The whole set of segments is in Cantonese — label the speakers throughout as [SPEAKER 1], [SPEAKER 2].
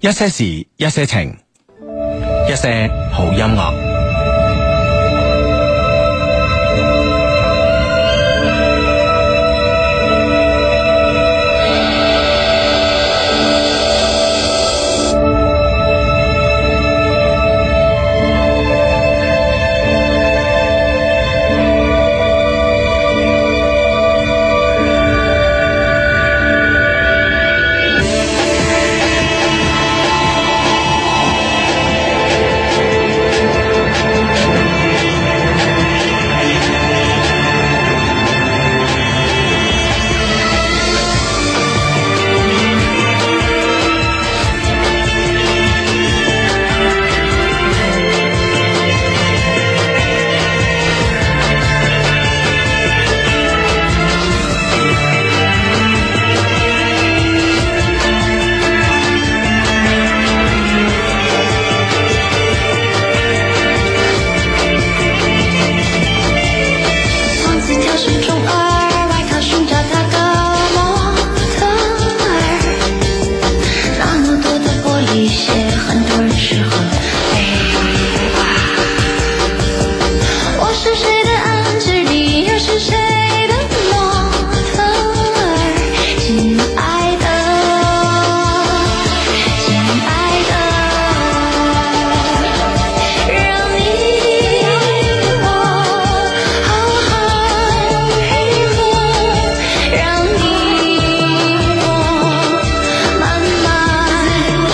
[SPEAKER 1] 一些事，一些情，一些好音樂。
[SPEAKER 2] 王子跳水中儿，外套胸罩他个模特儿。那么多的玻璃鞋，很多人哎适合背吧。我是谁的安之你又是谁的模特儿？亲爱的，亲爱的。让你我好好配合，让你我慢慢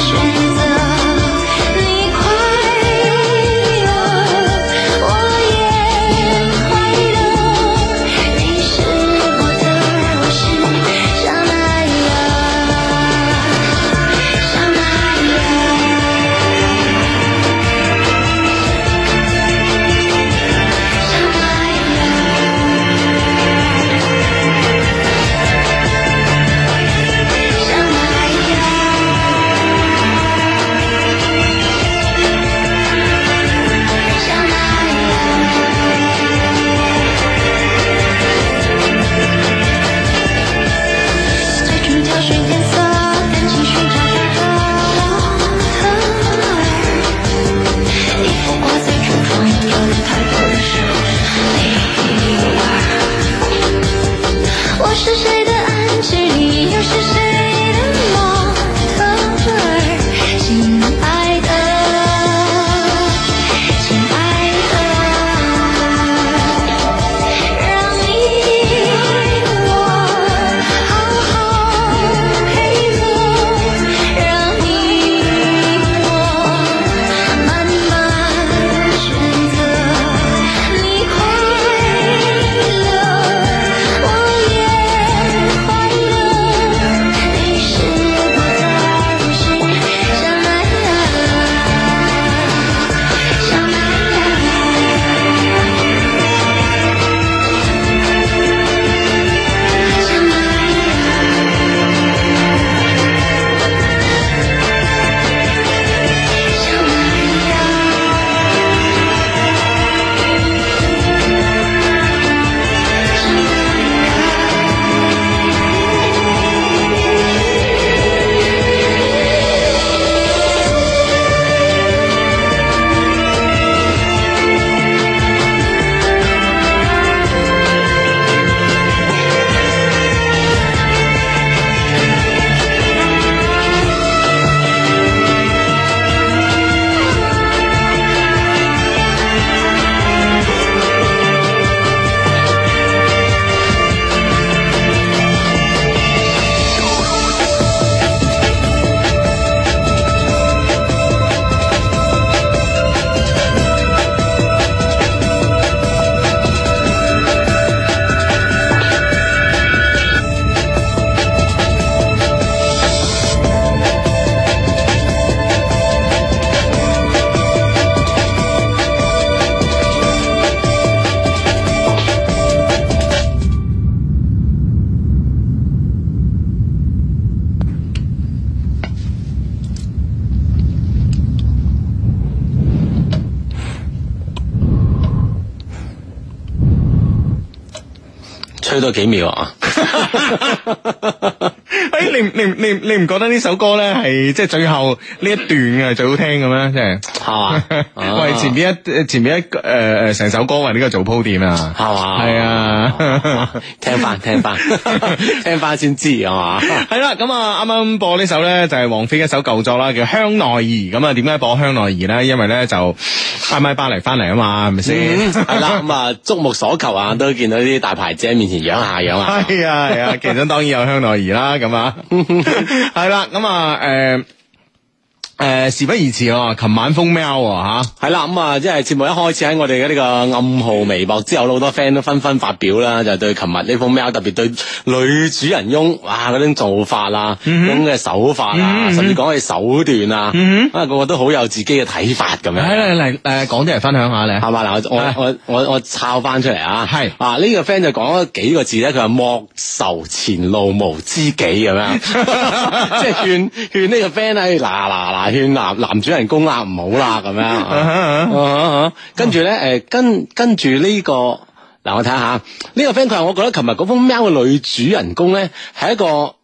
[SPEAKER 2] 选择。你快乐，我也快乐。你是模特，我是香奈儿，香奈儿。最终挑选颜色，感情寻找它的模特儿。衣服挂在橱窗，有太多人适合你玩。我是谁的安之你又是谁的模特儿？亲爱的，亲爱的，让你我好好配合，让你我。慢慢选择，你快乐，我也快乐。你是我的，我是香奈儿，香奈儿，香奈儿。香奈儿，香奈儿。
[SPEAKER 3] 吹多幾秒啊！
[SPEAKER 1] 啊哎，你唔你唔你唔你唔覺得呢首歌咧係即係最後呢一段嘅最好聽嘅咩？即係
[SPEAKER 3] 係 嘛？哦
[SPEAKER 1] 為前邊一前邊一誒誒成首歌為呢個做鋪墊啊！
[SPEAKER 3] 係嘛？
[SPEAKER 1] 係啊。
[SPEAKER 3] 聽翻聽翻聽翻先知係嘛？
[SPEAKER 1] 係啦，咁啊，啱啱播呢首咧就係王菲一首舊作啦，叫《香奈兒》。咁啊，點解播《香奈兒》咧？因為咧就啱啱喺巴黎翻嚟啊嘛，係咪先？
[SPEAKER 3] 嗯，係啦，咁啊，觸目所及啊，都見到呢啲大牌子喺面前仰下仰下。
[SPEAKER 1] 係啊係啊，其中當然有香奈兒啦，咁啊， 係啦，咁啊，誒、誒，事不宜遲啊，琴晚封喵喎
[SPEAKER 3] 係啦，咁啊，即係節目一開始喺我哋嘅呢個暗號微博之後，好多 friend 都紛紛發表啦，就對琴日呢封 mail，特別對女主人翁，哇嗰種做法啊，
[SPEAKER 1] 嗯
[SPEAKER 3] 咁嘅手法啊，甚至講佢手段啊，
[SPEAKER 1] 嗯
[SPEAKER 3] 啊個個都好有自己嘅睇法咁
[SPEAKER 1] 嚇，
[SPEAKER 3] 樣。
[SPEAKER 1] 嚟嚟誒，講啲嚟分享下咧，
[SPEAKER 3] 係嘛嗱，我我我我我抄翻出嚟啊，
[SPEAKER 1] 係
[SPEAKER 3] 啊呢個 friend 就講咗幾個字咧，佢話莫愁前路無知己咁樣， 即係勸勸呢個 friend 哎誒嗱嗱嗱勸男男主人公啦，唔好啦咁樣啊。
[SPEAKER 1] Uh-huh
[SPEAKER 3] 啊啊啊跟住咧，誒，跟跟住呢、個嗱，我睇下呢、個 friend 佢話，我覺得琴日嗰封 mail 嘅女主人公咧，係一個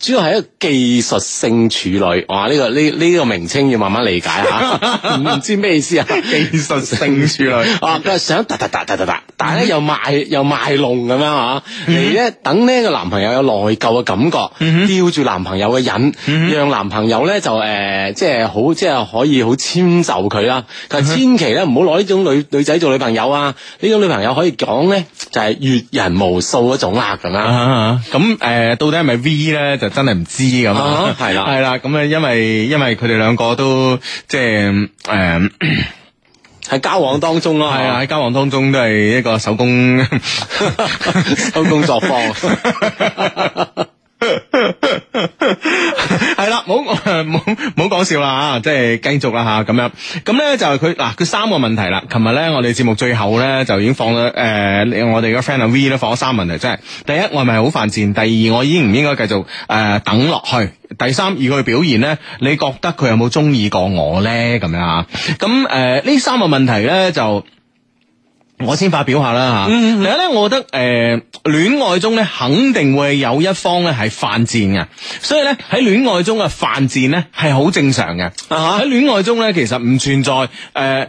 [SPEAKER 3] 主要係一個技術性處女。哇！呢、個呢呢、個名稱要慢慢理解吓，唔唔知咩意思啊？技
[SPEAKER 1] 技術性處女。
[SPEAKER 3] 啊！佢話想突突突突突突，但
[SPEAKER 1] 嗯
[SPEAKER 3] 係咧又賣又賣弄咁樣啊，嚟咧等呢個男朋友有內疚嘅感覺，
[SPEAKER 1] 嗯
[SPEAKER 3] 吊住男朋友嘅癮，讓男朋友咧就誒即係好即係可以好遷就佢啦。佢話
[SPEAKER 1] 嗯
[SPEAKER 3] 千祈咧唔好攞呢種女女仔做女朋友啊！呢種女朋友可以講咧就係閱人無數嗰種啦咁樣。
[SPEAKER 1] 啊，咁誒、到底係咪 V 咧，就真係唔知咁
[SPEAKER 3] 啊
[SPEAKER 1] 啊，
[SPEAKER 3] 係啦
[SPEAKER 1] 係啦，咁啊，因為因為佢哋兩個都即係誒，
[SPEAKER 3] 喺交往當中咯，
[SPEAKER 1] 係啊，喺交往當中都係一個手工
[SPEAKER 3] 收工作坊。
[SPEAKER 1] 系啦，冇 冇冇讲笑啦吓，即系繼續啦吓，咁樣咁咧就係佢嗱，佢三個問題啦。琴日咧，我哋節目最後咧就已經放咗誒、我哋嘅 friend 阿 V 咧放咗三個問題，即係第一，我係咪好犯賤？第二，我應唔應該繼續誒、等落去？第三，以佢表現咧，你覺得佢有冇
[SPEAKER 3] 嗯
[SPEAKER 1] 中意過我咧？咁樣啊？咁誒呢三個問題咧就。我先發表下啦吓，另外咧，我覺得誒戀、愛中咧，肯定會有一方咧係犯賤嘅，所以咧喺戀愛中嘅犯賤咧係好正常嘅。
[SPEAKER 3] 啊哈
[SPEAKER 1] 喺戀愛中咧，其實唔存在誒。呃誒、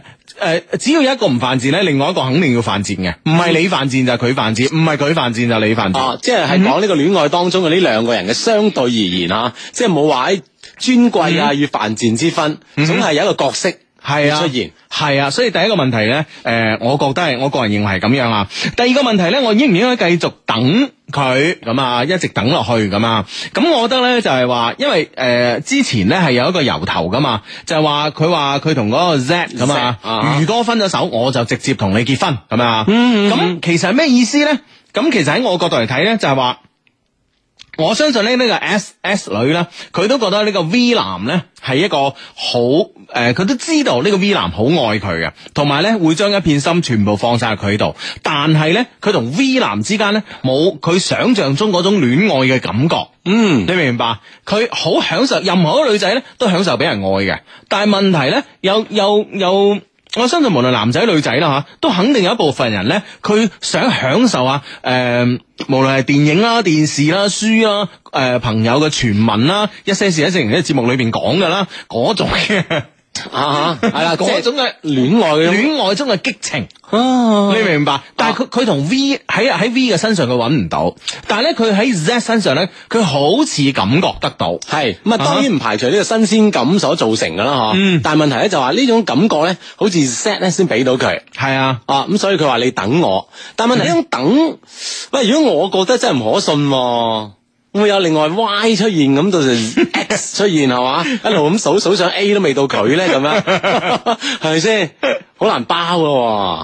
[SPEAKER 1] 只要有一個唔犯賤咧，另外一個肯定要犯賤嘅，唔係你犯賤就係佢犯賤，唔係佢犯賤就係你犯賤。
[SPEAKER 3] 啊，即係喺講呢個戀愛當中嘅呢兩個人嘅相對而言啊，即係冇話喺尊貴
[SPEAKER 1] 嗯
[SPEAKER 3] 啊與犯賤之分，總係有一個角色
[SPEAKER 1] 係啊，
[SPEAKER 3] 出現。
[SPEAKER 1] 係啊，所以第一個問題咧，誒、我覺得係我個人認為係咁樣啊。第二個問題咧，我應唔應該繼續等佢咁啊，一直等落去咁啊？咁我覺得咧就係話，因為誒、之前咧係有一個由頭噶嘛，就係話佢話佢同嗰個 Z 咁啊
[SPEAKER 3] Z，啊，嗯
[SPEAKER 1] 如果分咗手，我就直接同你結婚咁啊。咁其實係咩意思咧？咁其實喺我角度嚟睇咧，就係話。我相信咧呢個 S S 女咧，佢都覺得呢個 V 男咧係一個好誒，呃佢、都知道呢個 V 男好愛佢嘅，同埋咧會將一片心全部放晒喺佢度。但係咧，佢同 V 男之間咧冇佢想象中嗰種戀愛嘅感覺。你
[SPEAKER 3] 嗯，
[SPEAKER 1] 明唔明白？佢好享受，任何一個女仔咧都享受俾人愛嘅。但係問題咧，有有有，我相信無論男仔女仔啦吓，都肯定有一部分人咧，佢想享受啊，誒、無論係電影啦、電視啦、書啦、誒、朋友嘅傳聞啦，一些事一些情嘅節目裏邊講噶啦，嗰種嘅
[SPEAKER 3] 啊，係啦，
[SPEAKER 1] 嗰種嘅
[SPEAKER 3] 戀愛嘅
[SPEAKER 1] 戀愛中嘅激情。
[SPEAKER 3] 啊
[SPEAKER 1] 你明唔明白？但係佢佢同 V 喺喺 V 嘅身上佢揾唔到，但係咧佢喺 Z 身上咧，佢好似感覺得到。
[SPEAKER 3] 係咁啊，嗯當然唔排除呢個新鮮感所造成噶啦，嗬。但係問題咧就話呢種感覺咧，好似 set 咧先俾到佢。
[SPEAKER 1] 係啊，
[SPEAKER 3] 啊，咁所以佢話你等我，但問題呢種 等，喂，如果我覺得真係唔可信、喎，會唔會有另外 Y 出現咁到 時 X 出現係嘛？一路咁數數上 A 都未到佢咧，咁樣 係咪先？好難包嘅、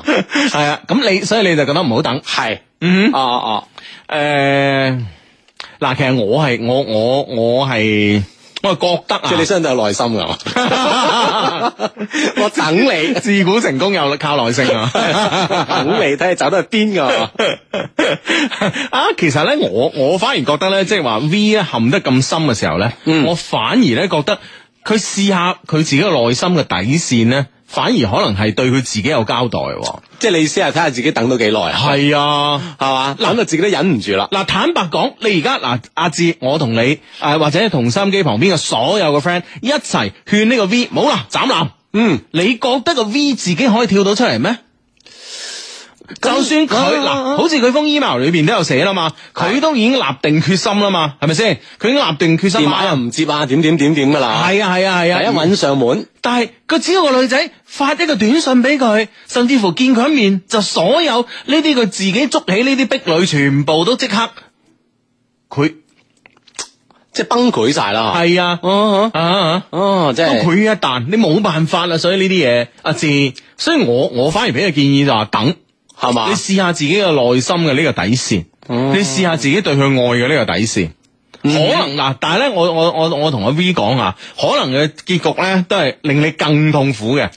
[SPEAKER 3] 喎，
[SPEAKER 1] 係啊，咁你所以你就覺得唔好等。
[SPEAKER 3] 係，
[SPEAKER 1] 嗯，
[SPEAKER 3] 哦 哦，
[SPEAKER 1] 誒，嗱，其實我係我我我係我係覺得啊
[SPEAKER 3] 即係你，相對有耐心 㗎嘛，我等你，
[SPEAKER 1] 自古成功有靠耐性啊。
[SPEAKER 3] 等你睇你走得去邊㗎。
[SPEAKER 1] 啊，其實咧，我我反而覺得咧，即係話 V 咧陷得咁深嗯嘅時候咧，我反而咧覺得佢試下佢自己嘅內心嘅底線咧，反而可能係對佢自己有交代喎。
[SPEAKER 3] 即係你意思係睇下自己等到幾耐，係
[SPEAKER 1] 係啊。
[SPEAKER 3] 係嘛，諗到自己都忍唔住啦。
[SPEAKER 1] 嗱，坦白講，你而家嗱，阿志，我同你誒、或者同收音機旁邊嘅所有嘅 friend 一齊勸呢個 V，冇啦，斬纜。
[SPEAKER 3] 嗯，
[SPEAKER 1] 你覺得個 V 自己可以跳到出嚟咩？就算佢嗱，
[SPEAKER 3] 啊
[SPEAKER 1] 好似佢封 email 裏邊都有寫啦嘛，佢都已經立定決心啦嘛，係咪先？佢已經立定決心
[SPEAKER 3] 電話又唔接啊，點點點點噶啦，
[SPEAKER 1] 係啊係啊係
[SPEAKER 3] 第一
[SPEAKER 1] 啊，
[SPEAKER 3] 揾上門，
[SPEAKER 1] 但係佢只要個女仔發一個短信俾佢，甚至乎見佢一面，就所有呢啲佢自己捉起呢啲壁壘，全部都即刻佢
[SPEAKER 3] 即係崩潰晒啦。
[SPEAKER 1] 係啊
[SPEAKER 3] 哦
[SPEAKER 1] 啊啊！
[SPEAKER 3] 哦，即
[SPEAKER 1] 都
[SPEAKER 3] 係
[SPEAKER 1] 佢一彈，你冇辦法啦，所以呢啲嘢，阿志，所以我我反而俾個建議就話等。
[SPEAKER 3] 係嘛
[SPEAKER 1] 你，試下自己嘅內心嘅呢個底線，你試下自己對佢愛嘅呢個底線。可能嗱，但係咧，我我我我同阿 V 講啊，可能嘅結局咧都係令你更痛苦嘅，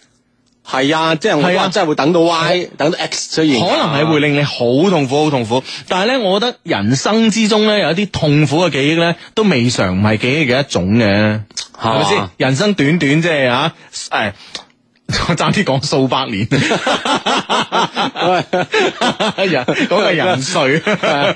[SPEAKER 3] 係啊，即係我
[SPEAKER 1] 係啊
[SPEAKER 3] 哇真係會等到 Y，等到 X 出
[SPEAKER 1] 可
[SPEAKER 3] 現，
[SPEAKER 1] 能係會令你好痛苦、好痛苦。但係咧，我覺得人生之中咧有一啲痛苦嘅記憶咧，都未嘗唔係記憶嘅一種嘅，係咪
[SPEAKER 3] 係
[SPEAKER 1] 先
[SPEAKER 3] 嘛？
[SPEAKER 1] 人生短短即係啊，誒，我爭啲講數百年，人嗰個人歲。
[SPEAKER 3] 係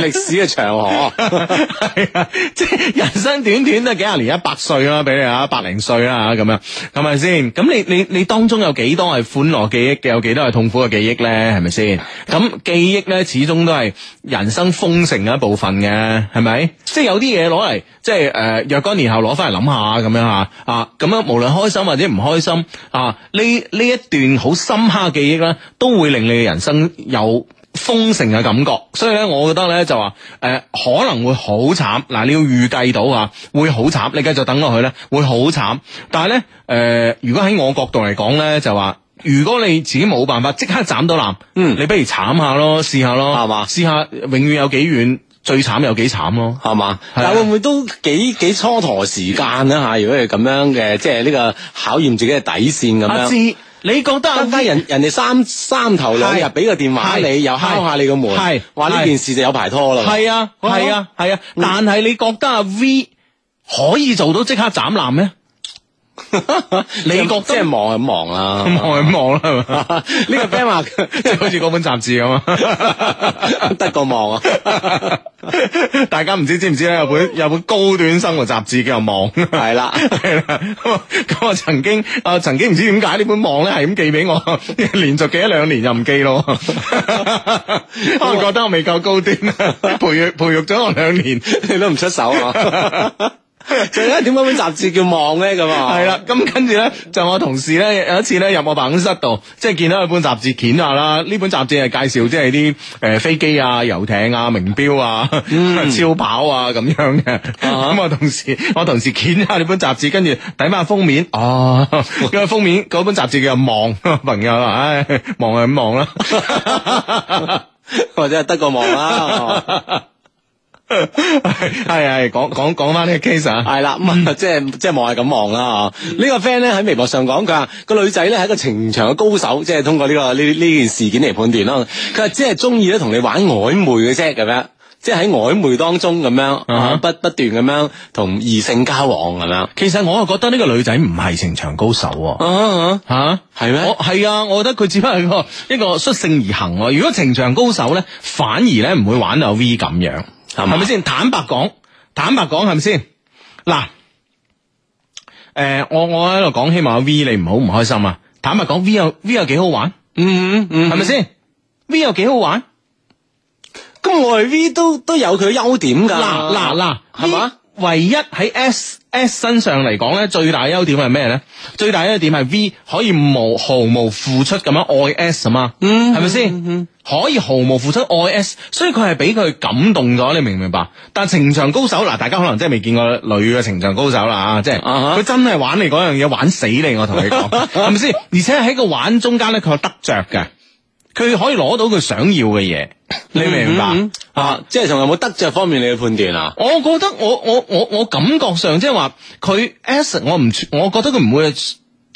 [SPEAKER 3] 歷史嘅長河。
[SPEAKER 1] 係啊，即係人生短短啊都幾廿年，一百歲啦，俾你啊，百零歲啦咁樣，係咪先？咁你你你當中有幾多係歡樂記憶嘅，有幾多係痛苦嘅記憶咧？係咪先？咁記憶咧，始終都係人生豐盛嘅一部分嘅，係咪？即係有啲嘢攞嚟，即係誒、呃若干年後攞翻嚟諗下咁樣吓啊，咁樣無論開心或者唔開心啊，呢呢一段好深刻嘅記憶咧，都會令你嘅人生有。豐盛嘅感覺，所以咧，我覺得咧就話，誒、可能會好慘，嗱，你要預計到啊，會好慘，你繼續等落去咧，會好慘。但係咧，誒、如果喺我角度嚟講咧，就話，如果你自己冇辦法即刻斬到纜，
[SPEAKER 3] 嗯
[SPEAKER 1] 你不如慘下咯，試下咯，
[SPEAKER 3] 係嘛
[SPEAKER 1] 試下永遠有幾遠，最慘有幾慘咯。
[SPEAKER 3] 係嘛？
[SPEAKER 1] 係啊
[SPEAKER 3] 但係會唔會都幾幾蹉跎時間咧吓？如果係咁樣嘅，即係呢個考驗自己嘅底線咁
[SPEAKER 1] 阿志，
[SPEAKER 3] 樣。
[SPEAKER 1] 你覺得阿
[SPEAKER 3] 得翻人人哋三三頭兩日
[SPEAKER 1] 係
[SPEAKER 3] 俾個電話
[SPEAKER 1] 係
[SPEAKER 3] 你，又敲下你個門，
[SPEAKER 1] 係
[SPEAKER 3] 話呢
[SPEAKER 1] 係
[SPEAKER 3] 件事就有排拖啦。
[SPEAKER 1] 係啊，
[SPEAKER 3] 啊
[SPEAKER 1] 係啊，係啊，但係你覺得阿 V 可以做到即刻斬纜 咩？你覺得
[SPEAKER 3] 即係忙就啊忙啦。
[SPEAKER 1] 望一望啦， 係嘛？
[SPEAKER 3] 呢個 friend 話
[SPEAKER 1] 即係好似嗰本雜誌咁啊！
[SPEAKER 3] 得個忙啊，
[SPEAKER 1] 大家唔知知唔知咧？有本有本高端生活雜誌叫做《網》。
[SPEAKER 3] 係啦。
[SPEAKER 1] 係啦，咁啊咁啊，曾經啊，曾經唔知點解呢本網咧係咁寄俾我，連續寄一兩年就唔寄咯。我覺得我未夠高端，培育培育咗我兩年。
[SPEAKER 3] 你都唔出手啊！ 最緊點解本雜誌叫望咧咁啊？
[SPEAKER 1] 係啦，咁跟住咧就我同事咧有一次咧入我辦公室度，即係見到有本雜誌卷下啦。呢本雜誌係介紹即係啲誒飛機啊、遊艇啊、名錶啊、 超跑啊咁樣嘅。咁我同事我同事卷下呢本雜誌，跟住睇翻封面， 哦，個封面嗰本雜誌叫《望》， 朋友話唉，望係咁望啦。
[SPEAKER 3] 或者係得個 望啦。哦
[SPEAKER 1] 係係講講講翻呢個 case 啊。
[SPEAKER 3] 系啦，咁啊，即系即系望係咁望啦吓。呢個 friend 咧喺微博上講，佢話個女仔咧係一個情場嘅高手，即係通過呢個呢呢件事件嚟判斷啦。佢話只係中意咧同你玩曖昧嘅啫，咁樣，即係喺曖昧當中咁樣，
[SPEAKER 1] 哈
[SPEAKER 3] 啊不不斷咁樣同異性交往咁樣。
[SPEAKER 1] 其實我啊又覺得呢個女仔唔係情場高手喎。
[SPEAKER 3] 啊，
[SPEAKER 1] 吓
[SPEAKER 3] 係咩
[SPEAKER 1] 我係啊，我覺得佢只不過係一個 一個率性而行喎。如果情場高手咧，反而咧唔會玩到 V 咁樣，
[SPEAKER 3] 係
[SPEAKER 1] 係
[SPEAKER 3] 嘛
[SPEAKER 1] 咪先？坦白講，坦白講係咪先？嗱，誒，我我喺度講，希望阿 V 你唔好唔開心啊！坦白講，V 有 V 有幾好玩，
[SPEAKER 3] 嗯嗯，
[SPEAKER 1] 係咪先？V 有幾好玩？
[SPEAKER 3] 咁外 V 都都有佢嘅優點㗎。
[SPEAKER 1] 嗱嗱嗱，
[SPEAKER 3] 係嘛？
[SPEAKER 1] V 唯一喺 S S 身上嚟講咧，最大優點係咩咧？最大優點係 V 可以無毫無付出咁樣愛 S 啊嘛，嗯，係咪先？可以毫無付出愛 S，所以佢係俾佢感動咗，你明唔明白？但情場高手嗱，大家可能真係未見過女嘅情場高手啦啊，即係
[SPEAKER 3] 啊哈
[SPEAKER 1] 佢真係玩你嗰樣嘢，玩死你！我同你 講，係咪先？而且喺個玩中間咧，佢有得着嘅，佢可以攞到佢想要嘅嘢，你明唔明白？
[SPEAKER 3] 嗯嗯啊，即係仲有冇得着方面你嘅判斷啊？
[SPEAKER 1] 我覺得我我我我感覺上即係話佢 S，我唔我覺得佢唔會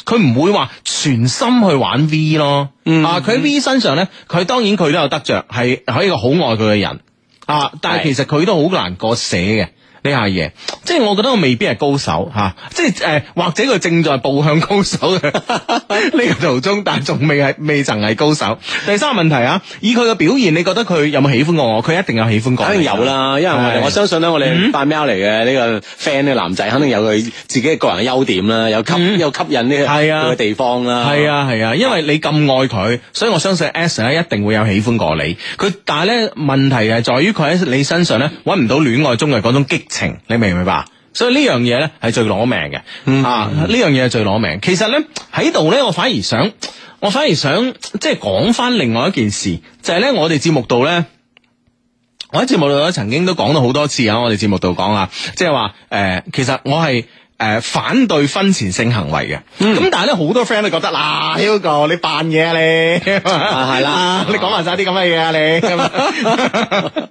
[SPEAKER 1] 佢唔會話全心去玩 V 咯。
[SPEAKER 3] 嗯
[SPEAKER 1] 啊，佢喺 V 身上咧，佢當然佢都有得着，係係一個好愛佢嘅人啊。但係
[SPEAKER 3] 係
[SPEAKER 1] 其實佢都好難割捨嘅。呢下嘢，即係我覺得我未必係高手吓、啊即係誒、或者佢正在步向高手 嘅呢個途中，但係仲未係未曾係高手。第三個問題啊，以佢嘅表現，你覺得佢有冇喜歡過我？佢一定有喜歡過，啊
[SPEAKER 3] 肯定有。啦，因為我
[SPEAKER 1] 係嗯
[SPEAKER 3] 哋我相信咧，我哋發 mail 嚟嘅呢個 friend 呢個男仔，肯定有佢自己嘅個人優點啦，有吸有吸引呢個
[SPEAKER 1] 嗯係啊
[SPEAKER 3] 佢嘅地方啦，
[SPEAKER 1] 係啊係啊，因為你咁愛佢，所以我相信 S 咧一定會有喜歡過你。佢但係咧問題係在於佢喺你身上咧揾唔到戀愛中嘅嗰種激情，你明唔明白？所以呢樣嘢咧係最攞命嘅，啊呢樣嘢係最攞命。其實咧喺度咧，我反而想，我反而想即係講翻另外一件事，就係、呢：咧我哋節目度咧。我喺節目度咧曾經都講到好多次啊，我哋節目度講啊，即係話誒，其實我係。誒、反對婚前性行為嘅，咁、
[SPEAKER 3] 嗯
[SPEAKER 1] 但係咧好多 friend 都覺得嗱、Hugo 你扮嘢啊你，係
[SPEAKER 3] 啊係 啦
[SPEAKER 1] 你講埋晒啲咁嘅嘢啊你咁啊。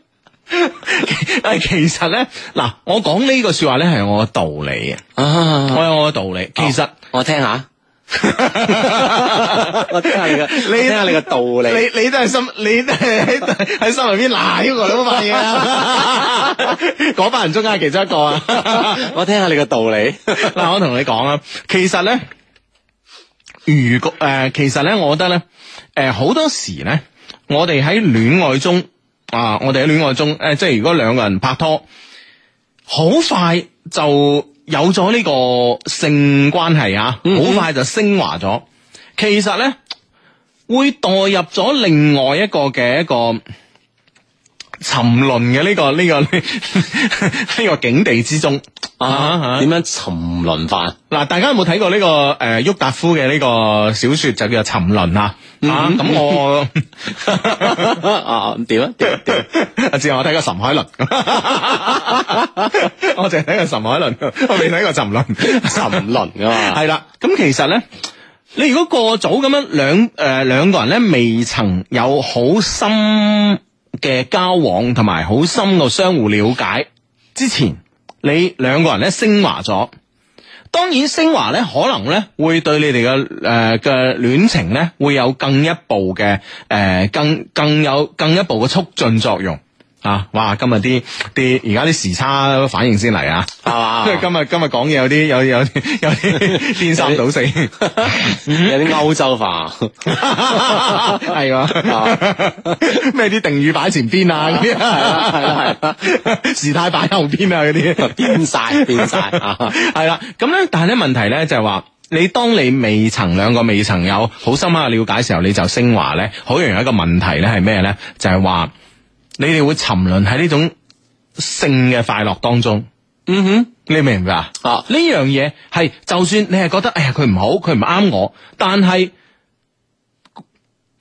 [SPEAKER 1] 但係 其實咧，嗱，我講呢個説話咧係我嘅道理嘅，
[SPEAKER 3] 啊，
[SPEAKER 1] 我有我嘅道理。其實
[SPEAKER 3] 我聽 下，我聽下你嘅，我聽下你嘅道理，
[SPEAKER 1] 你你都係心，你都係喺喺心入邊嗱，Hugo 你冇扮嘢 啊，嗰班人中間係其中一個啊。
[SPEAKER 3] 我聽下你嘅道理，
[SPEAKER 1] 嗱，我同你講啊，其實咧，如果誒、呃其實咧，我覺得咧，誒、好多時咧，我哋喺戀愛中啊，我哋喺戀愛中誒、呃即係如果兩個人拍拖，好快就有咗呢個性關係啊，好快就升華咗。其實咧，會墮入咗另外一個嘅一個。沉淪嘅呢個呢、個呢個境地之中
[SPEAKER 3] 啊，點樣沉淪法？
[SPEAKER 1] 嗱，大家有冇睇過呢、個誒郁達夫嘅呢個小說就叫做《沉淪》啊？啊，咁我
[SPEAKER 3] 啊，點啊？點點
[SPEAKER 1] 阿志話我睇過《岑海倫》， 我淨係睇過《岑海倫》，我未睇過《沉淪》。
[SPEAKER 3] 沉淪啊噶嘛？
[SPEAKER 1] 係啦，咁其實咧，你如果過早咁樣兩誒兩個人咧未曾有好深嘅交往同埋好深嘅相互了解之前，你兩個人咧升華咗。當然升華咧，可能咧會對你哋嘅誒嘅戀情咧會有更一步嘅誒、呃更更有更一步嘅促進作用啊！哇，今日啲啲而家啲時差反應先嚟啊！
[SPEAKER 3] 係嘛
[SPEAKER 1] 因 為？今日今日講嘢有啲有有啲有啲顛三倒四，
[SPEAKER 3] 有啲歐洲化，
[SPEAKER 1] 嗯
[SPEAKER 3] 啊
[SPEAKER 1] 係 喎， 咩啲定語擺前邊啊，嗰啲係
[SPEAKER 3] 啦係
[SPEAKER 1] 啦係，啊時態擺後邊啊嗰 啲，
[SPEAKER 3] 變晒變晒啊！
[SPEAKER 1] 係啦。咁咧，但係咧問題咧就係話。你當你未曾兩個未曾有好深刻嘅了解時候，你就升華咧，好容易有一個問題咧係咩咧？就係話你哋會沉淪喺呢種性嘅快樂當中。
[SPEAKER 3] 嗯哼。
[SPEAKER 1] 你明唔明白啊？
[SPEAKER 3] 啊
[SPEAKER 1] 呢樣嘢係就算你係覺得，哎呀佢唔好，佢唔啱我，但係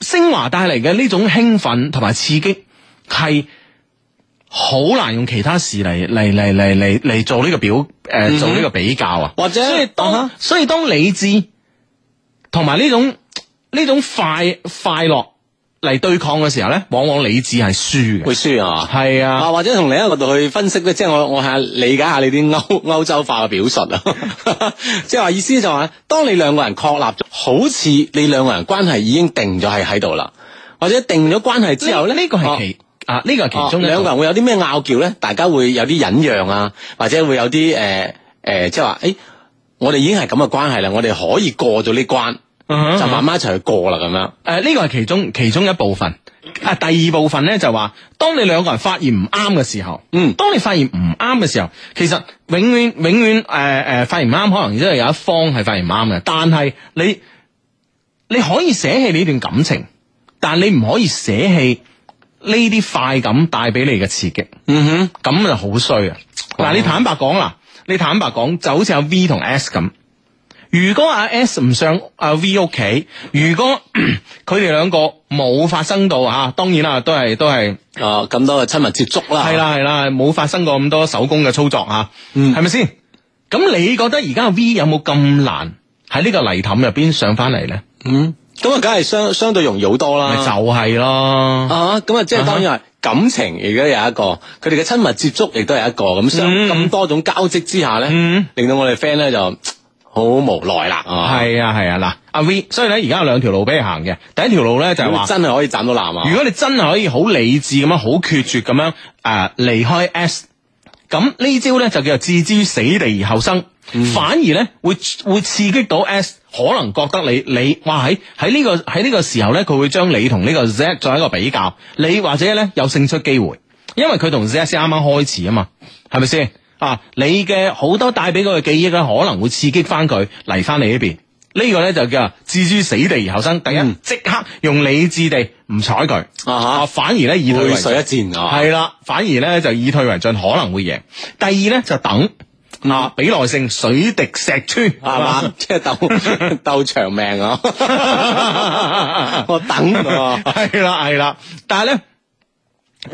[SPEAKER 1] 升華帶嚟嘅呢種興奮同埋刺激係。好難用其他事嚟嚟嚟嚟嚟嚟做呢個表誒、呃做呢個比較啊，
[SPEAKER 3] 嗯或者
[SPEAKER 1] 所以當、
[SPEAKER 3] 啊哈
[SPEAKER 1] 所以當理智同埋呢種呢種快快樂嚟對抗嘅時候咧，往往理智係輸嘅
[SPEAKER 3] 會，輸啊！
[SPEAKER 1] 係啊
[SPEAKER 3] 啊，或者從另一個角度去分析咧，即係我我係理解下你啲歐歐洲化嘅表述啊， 即係話意思就話，當你兩個人確立咗，好似你兩個人關係已經定咗係喺度啦，或者定咗關係之後咧，
[SPEAKER 1] 呢個係
[SPEAKER 3] 哦
[SPEAKER 1] 其啊呢個係
[SPEAKER 3] 哦
[SPEAKER 1] 其中一
[SPEAKER 3] 兩個
[SPEAKER 1] 個
[SPEAKER 3] 人會有啲咩拗撬咧？大家會有啲忍讓啊，或者會有啲誒誒，即係話誒，欸我哋已經係咁嘅關係啦，我哋可以過咗呢關，
[SPEAKER 1] 嗯
[SPEAKER 3] 就慢慢一齊去過啦，咁樣
[SPEAKER 1] 誒，呃呢個係其中其中一部分。啊，第二部分咧就話，當你兩個人發現唔啱嘅時候，
[SPEAKER 3] 嗯
[SPEAKER 1] 當你發現唔啱嘅時候，其實永遠永遠誒誒發現唔啱，可能真係有一方係發現唔啱嘅，但係你你可以捨棄呢段感情，但你唔可以捨棄呢啲快感帶俾你嘅刺激。
[SPEAKER 3] 嗯
[SPEAKER 1] 咁就好衰啊！
[SPEAKER 3] 哦
[SPEAKER 1] 嗱，你坦白講啦，你坦白講就好似阿 V 同 S 咁。如果阿 S 唔上阿 V 屋企，如果 佢哋兩個冇發生到啊，當然啦，都係都係
[SPEAKER 3] 哼，啊咁多嘅親密接觸啦，
[SPEAKER 1] 係，啦係啦，冇發生過咁多手工嘅操作啊，
[SPEAKER 3] 嗯
[SPEAKER 1] 係咪先？咁你覺得而家阿 V 有冇咁難喺呢個泥凼入邊上翻嚟咧？
[SPEAKER 3] 嗯，咁啊，梗係相相對容易好多啦，
[SPEAKER 1] 咪就係咯。
[SPEAKER 3] 啊，咁啊，即係當然係感情，亦都有一個，佢哋嘅親密接觸亦都有一個，咁相
[SPEAKER 1] 嗯
[SPEAKER 3] 咁多種交織之下咧
[SPEAKER 1] 嗯，
[SPEAKER 3] 令到我哋 friend 咧就嘖好無奈啦，啊，
[SPEAKER 1] 係啊係啊，嗱，阿 V，所以咧而家有兩條路俾你行嘅，第一條路咧就係話
[SPEAKER 3] 咁。真係可以斬到男啊
[SPEAKER 1] 如！果你真係可以好理智咁樣、好決絕咁樣誒離開啊 S，咁呢招咧就叫做置之於死地而後生，
[SPEAKER 3] 嗯
[SPEAKER 1] 反而咧會會刺激到 S 可能覺得你你哇喺喺呢個喺呢個時候咧，佢會將你同呢個 Z 作為一個比較，你或者咧有勝出機會，因為佢同 Z 先啱啱開始啊嘛，係咪先？啊，你嘅好多帶俾佢嘅記憶咧，可能會刺激翻佢嚟翻你呢邊。呢個咧就叫置之於死地而後生。第一，
[SPEAKER 3] 嗯
[SPEAKER 1] 即刻用理智地唔睬佢，
[SPEAKER 3] 哈
[SPEAKER 1] 啊，反而咧以退為
[SPEAKER 3] 背
[SPEAKER 1] 進
[SPEAKER 3] 水一戰啊，
[SPEAKER 1] 係啦，反而咧就以退為進，可能會贏。第二咧就等啊，比耐性，水滴石穿，係
[SPEAKER 3] 係嘛？ 即係鬥 鬥長命啊！ 我等 啊，
[SPEAKER 1] 係啦係啦，但係咧。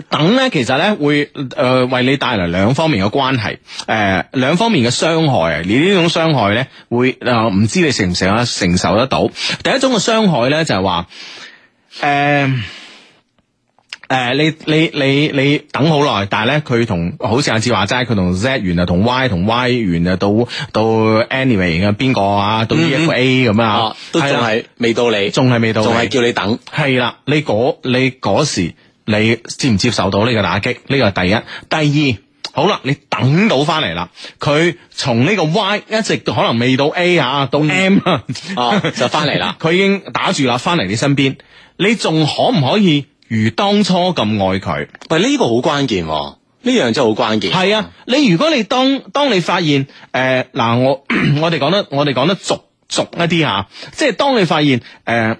[SPEAKER 1] 等咧，其實咧會誒、呃、為你帶嚟兩方面嘅關係，誒、呃兩方面嘅傷害啊！你呢種傷害咧會誒唔、知你承唔承得承受得到。第一種嘅傷害咧就係話誒誒，呃你你你你等好耐，但係咧佢同好似阿志話齋，佢同 Z 完就同 Y 同 Y 完就到到 anyway 嘅邊個啊，到 EFA 咁啊
[SPEAKER 3] 嗯啊，都仲
[SPEAKER 1] 係啦
[SPEAKER 3] 係未到你，
[SPEAKER 1] 仲係未到你，
[SPEAKER 3] 仲係叫你等。
[SPEAKER 1] 係啦，你嗰你嗰時你接唔接受到呢個打擊？呢個係第一，第二。好啦，你等到翻嚟啦，佢從呢個 Y 一直可能未到 A 啊，到 M 啊，
[SPEAKER 3] 嗯哦就返嚟啦
[SPEAKER 1] 佢已經打住啦，翻嚟你身邊，你仲可唔可以如當初咁愛佢？
[SPEAKER 3] 喂，呢個好關鍵喎，呢樣真係好關鍵。
[SPEAKER 1] 係啊，你如果你當當你發現誒嗱、我 我哋講得我哋講得俗俗一啲吓，即係當你發現誒、 呃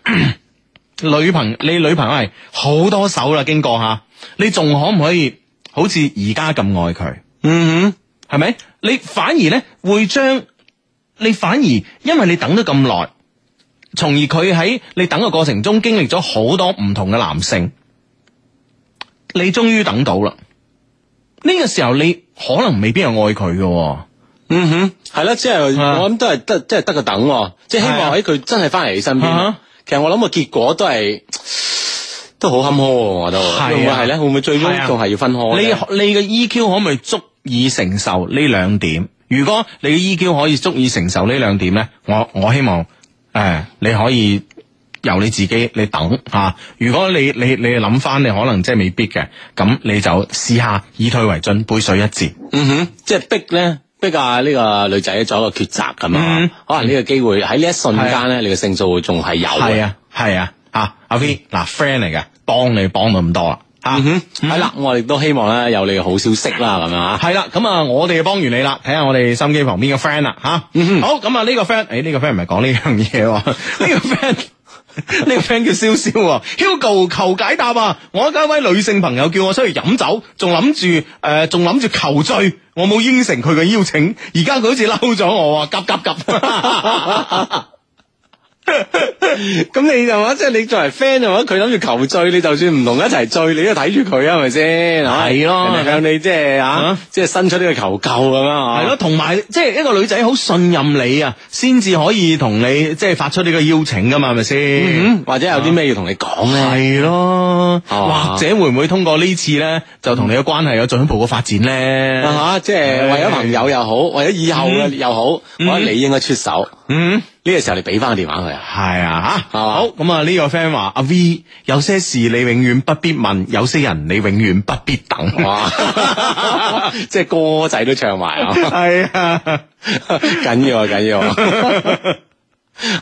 [SPEAKER 1] 女朋你女朋友係好多手啦，經過吓，你仲可唔可以好似而家咁愛佢？
[SPEAKER 3] 嗯
[SPEAKER 1] 係咪？你反而咧會將你反而因為你等咗咁耐，從而佢喺你等嘅過程中經歷咗好多唔同嘅男性，你終於等到啦。呢、個時候你可能未必係愛佢嘅、喎。
[SPEAKER 3] 哼，嗯哼，係啦，即係
[SPEAKER 1] 啊
[SPEAKER 3] 我諗都係得，即係得個等喎，即係希
[SPEAKER 1] 係啊
[SPEAKER 3] 望喺佢真係翻嚟你身邊
[SPEAKER 1] 啊。
[SPEAKER 3] 其實我諗個結果都係都好坎坷喎，我都
[SPEAKER 1] 係啊
[SPEAKER 3] 會唔會係咧？會唔會最
[SPEAKER 1] 係啊
[SPEAKER 3] 終仲係要分開
[SPEAKER 1] 你
[SPEAKER 3] 咧？
[SPEAKER 1] 你嘅 EQ 可唔可以足以承受呢兩點？如果你嘅 EQ 可以足以承受呢兩點咧，我我希望誒、呃你可以由你自己你等吓、啊如果你你你諗翻，你可能即係未必嘅，咁你就試下以退為進，背水一戰。
[SPEAKER 3] 嗯哼，即係逼咧，逼啊呢個女仔做一個抉擇咁
[SPEAKER 1] 嗯
[SPEAKER 3] 啊，可能呢個機會喺呢一瞬間咧，你嘅勝數會仲係有嘅
[SPEAKER 1] 係。啊係啊吓，阿 V 嗱 friend 嚟嘅，幫你幫到咁多啦啊吓。
[SPEAKER 3] 嗯哼，系啦，我哋都希望咧有你嘅好消息啦，咁樣啊，
[SPEAKER 1] 系啦，咁啊，我哋幫完你啦，睇下我哋心機旁邊嘅 friend 啦，吓、好，咁啊呢個 friend，诶呢個 friend 唔係講呢樣嘢喎，呢個 friend。呢個 friend 叫蕭蕭喎，Hugo 求解答啊！我有一位女性朋友叫我出去飲酒，仲諗住誒，仲諗住求醉，我冇應承佢嘅邀請，而家佢好似嬲咗我啊！急急急！
[SPEAKER 3] 咁你就話，即係你作為 friend 嘅話，佢諗住求醉，你就算唔同佢一齊醉，你都睇住佢啊，係咪先？
[SPEAKER 1] 係咯
[SPEAKER 3] 人哋向你即係
[SPEAKER 1] 啊
[SPEAKER 3] 啊，即係伸出呢個求救咁樣啊，
[SPEAKER 1] 係咯，，同埋即係一個女仔好信任你啊，先至可以同你即係發出呢個邀請噶嘛，係咪先？
[SPEAKER 3] 嗯，或者有啲咩要同你講咧？
[SPEAKER 1] 系咯，
[SPEAKER 3] 啊
[SPEAKER 1] 或者會唔會通過呢次咧，就同你嘅關係有進一步嘅發展咧？
[SPEAKER 3] 啊吓，即係
[SPEAKER 1] 係
[SPEAKER 3] 為咗朋友又好，為咗以後嘅又好，我覺得你應該出手。
[SPEAKER 1] 嗯，
[SPEAKER 3] 呢個時候你俾翻個電話 佢啊，
[SPEAKER 1] 係啊，吓
[SPEAKER 3] 係嘛
[SPEAKER 1] 好咁啊！呢個 friend 話：阿 V 有些事你永遠不必問，有些人你永遠不必等。
[SPEAKER 3] 啊哇，即係歌仔都唱埋啊！
[SPEAKER 1] 係啊，
[SPEAKER 3] 紧要啊，紧要 啊！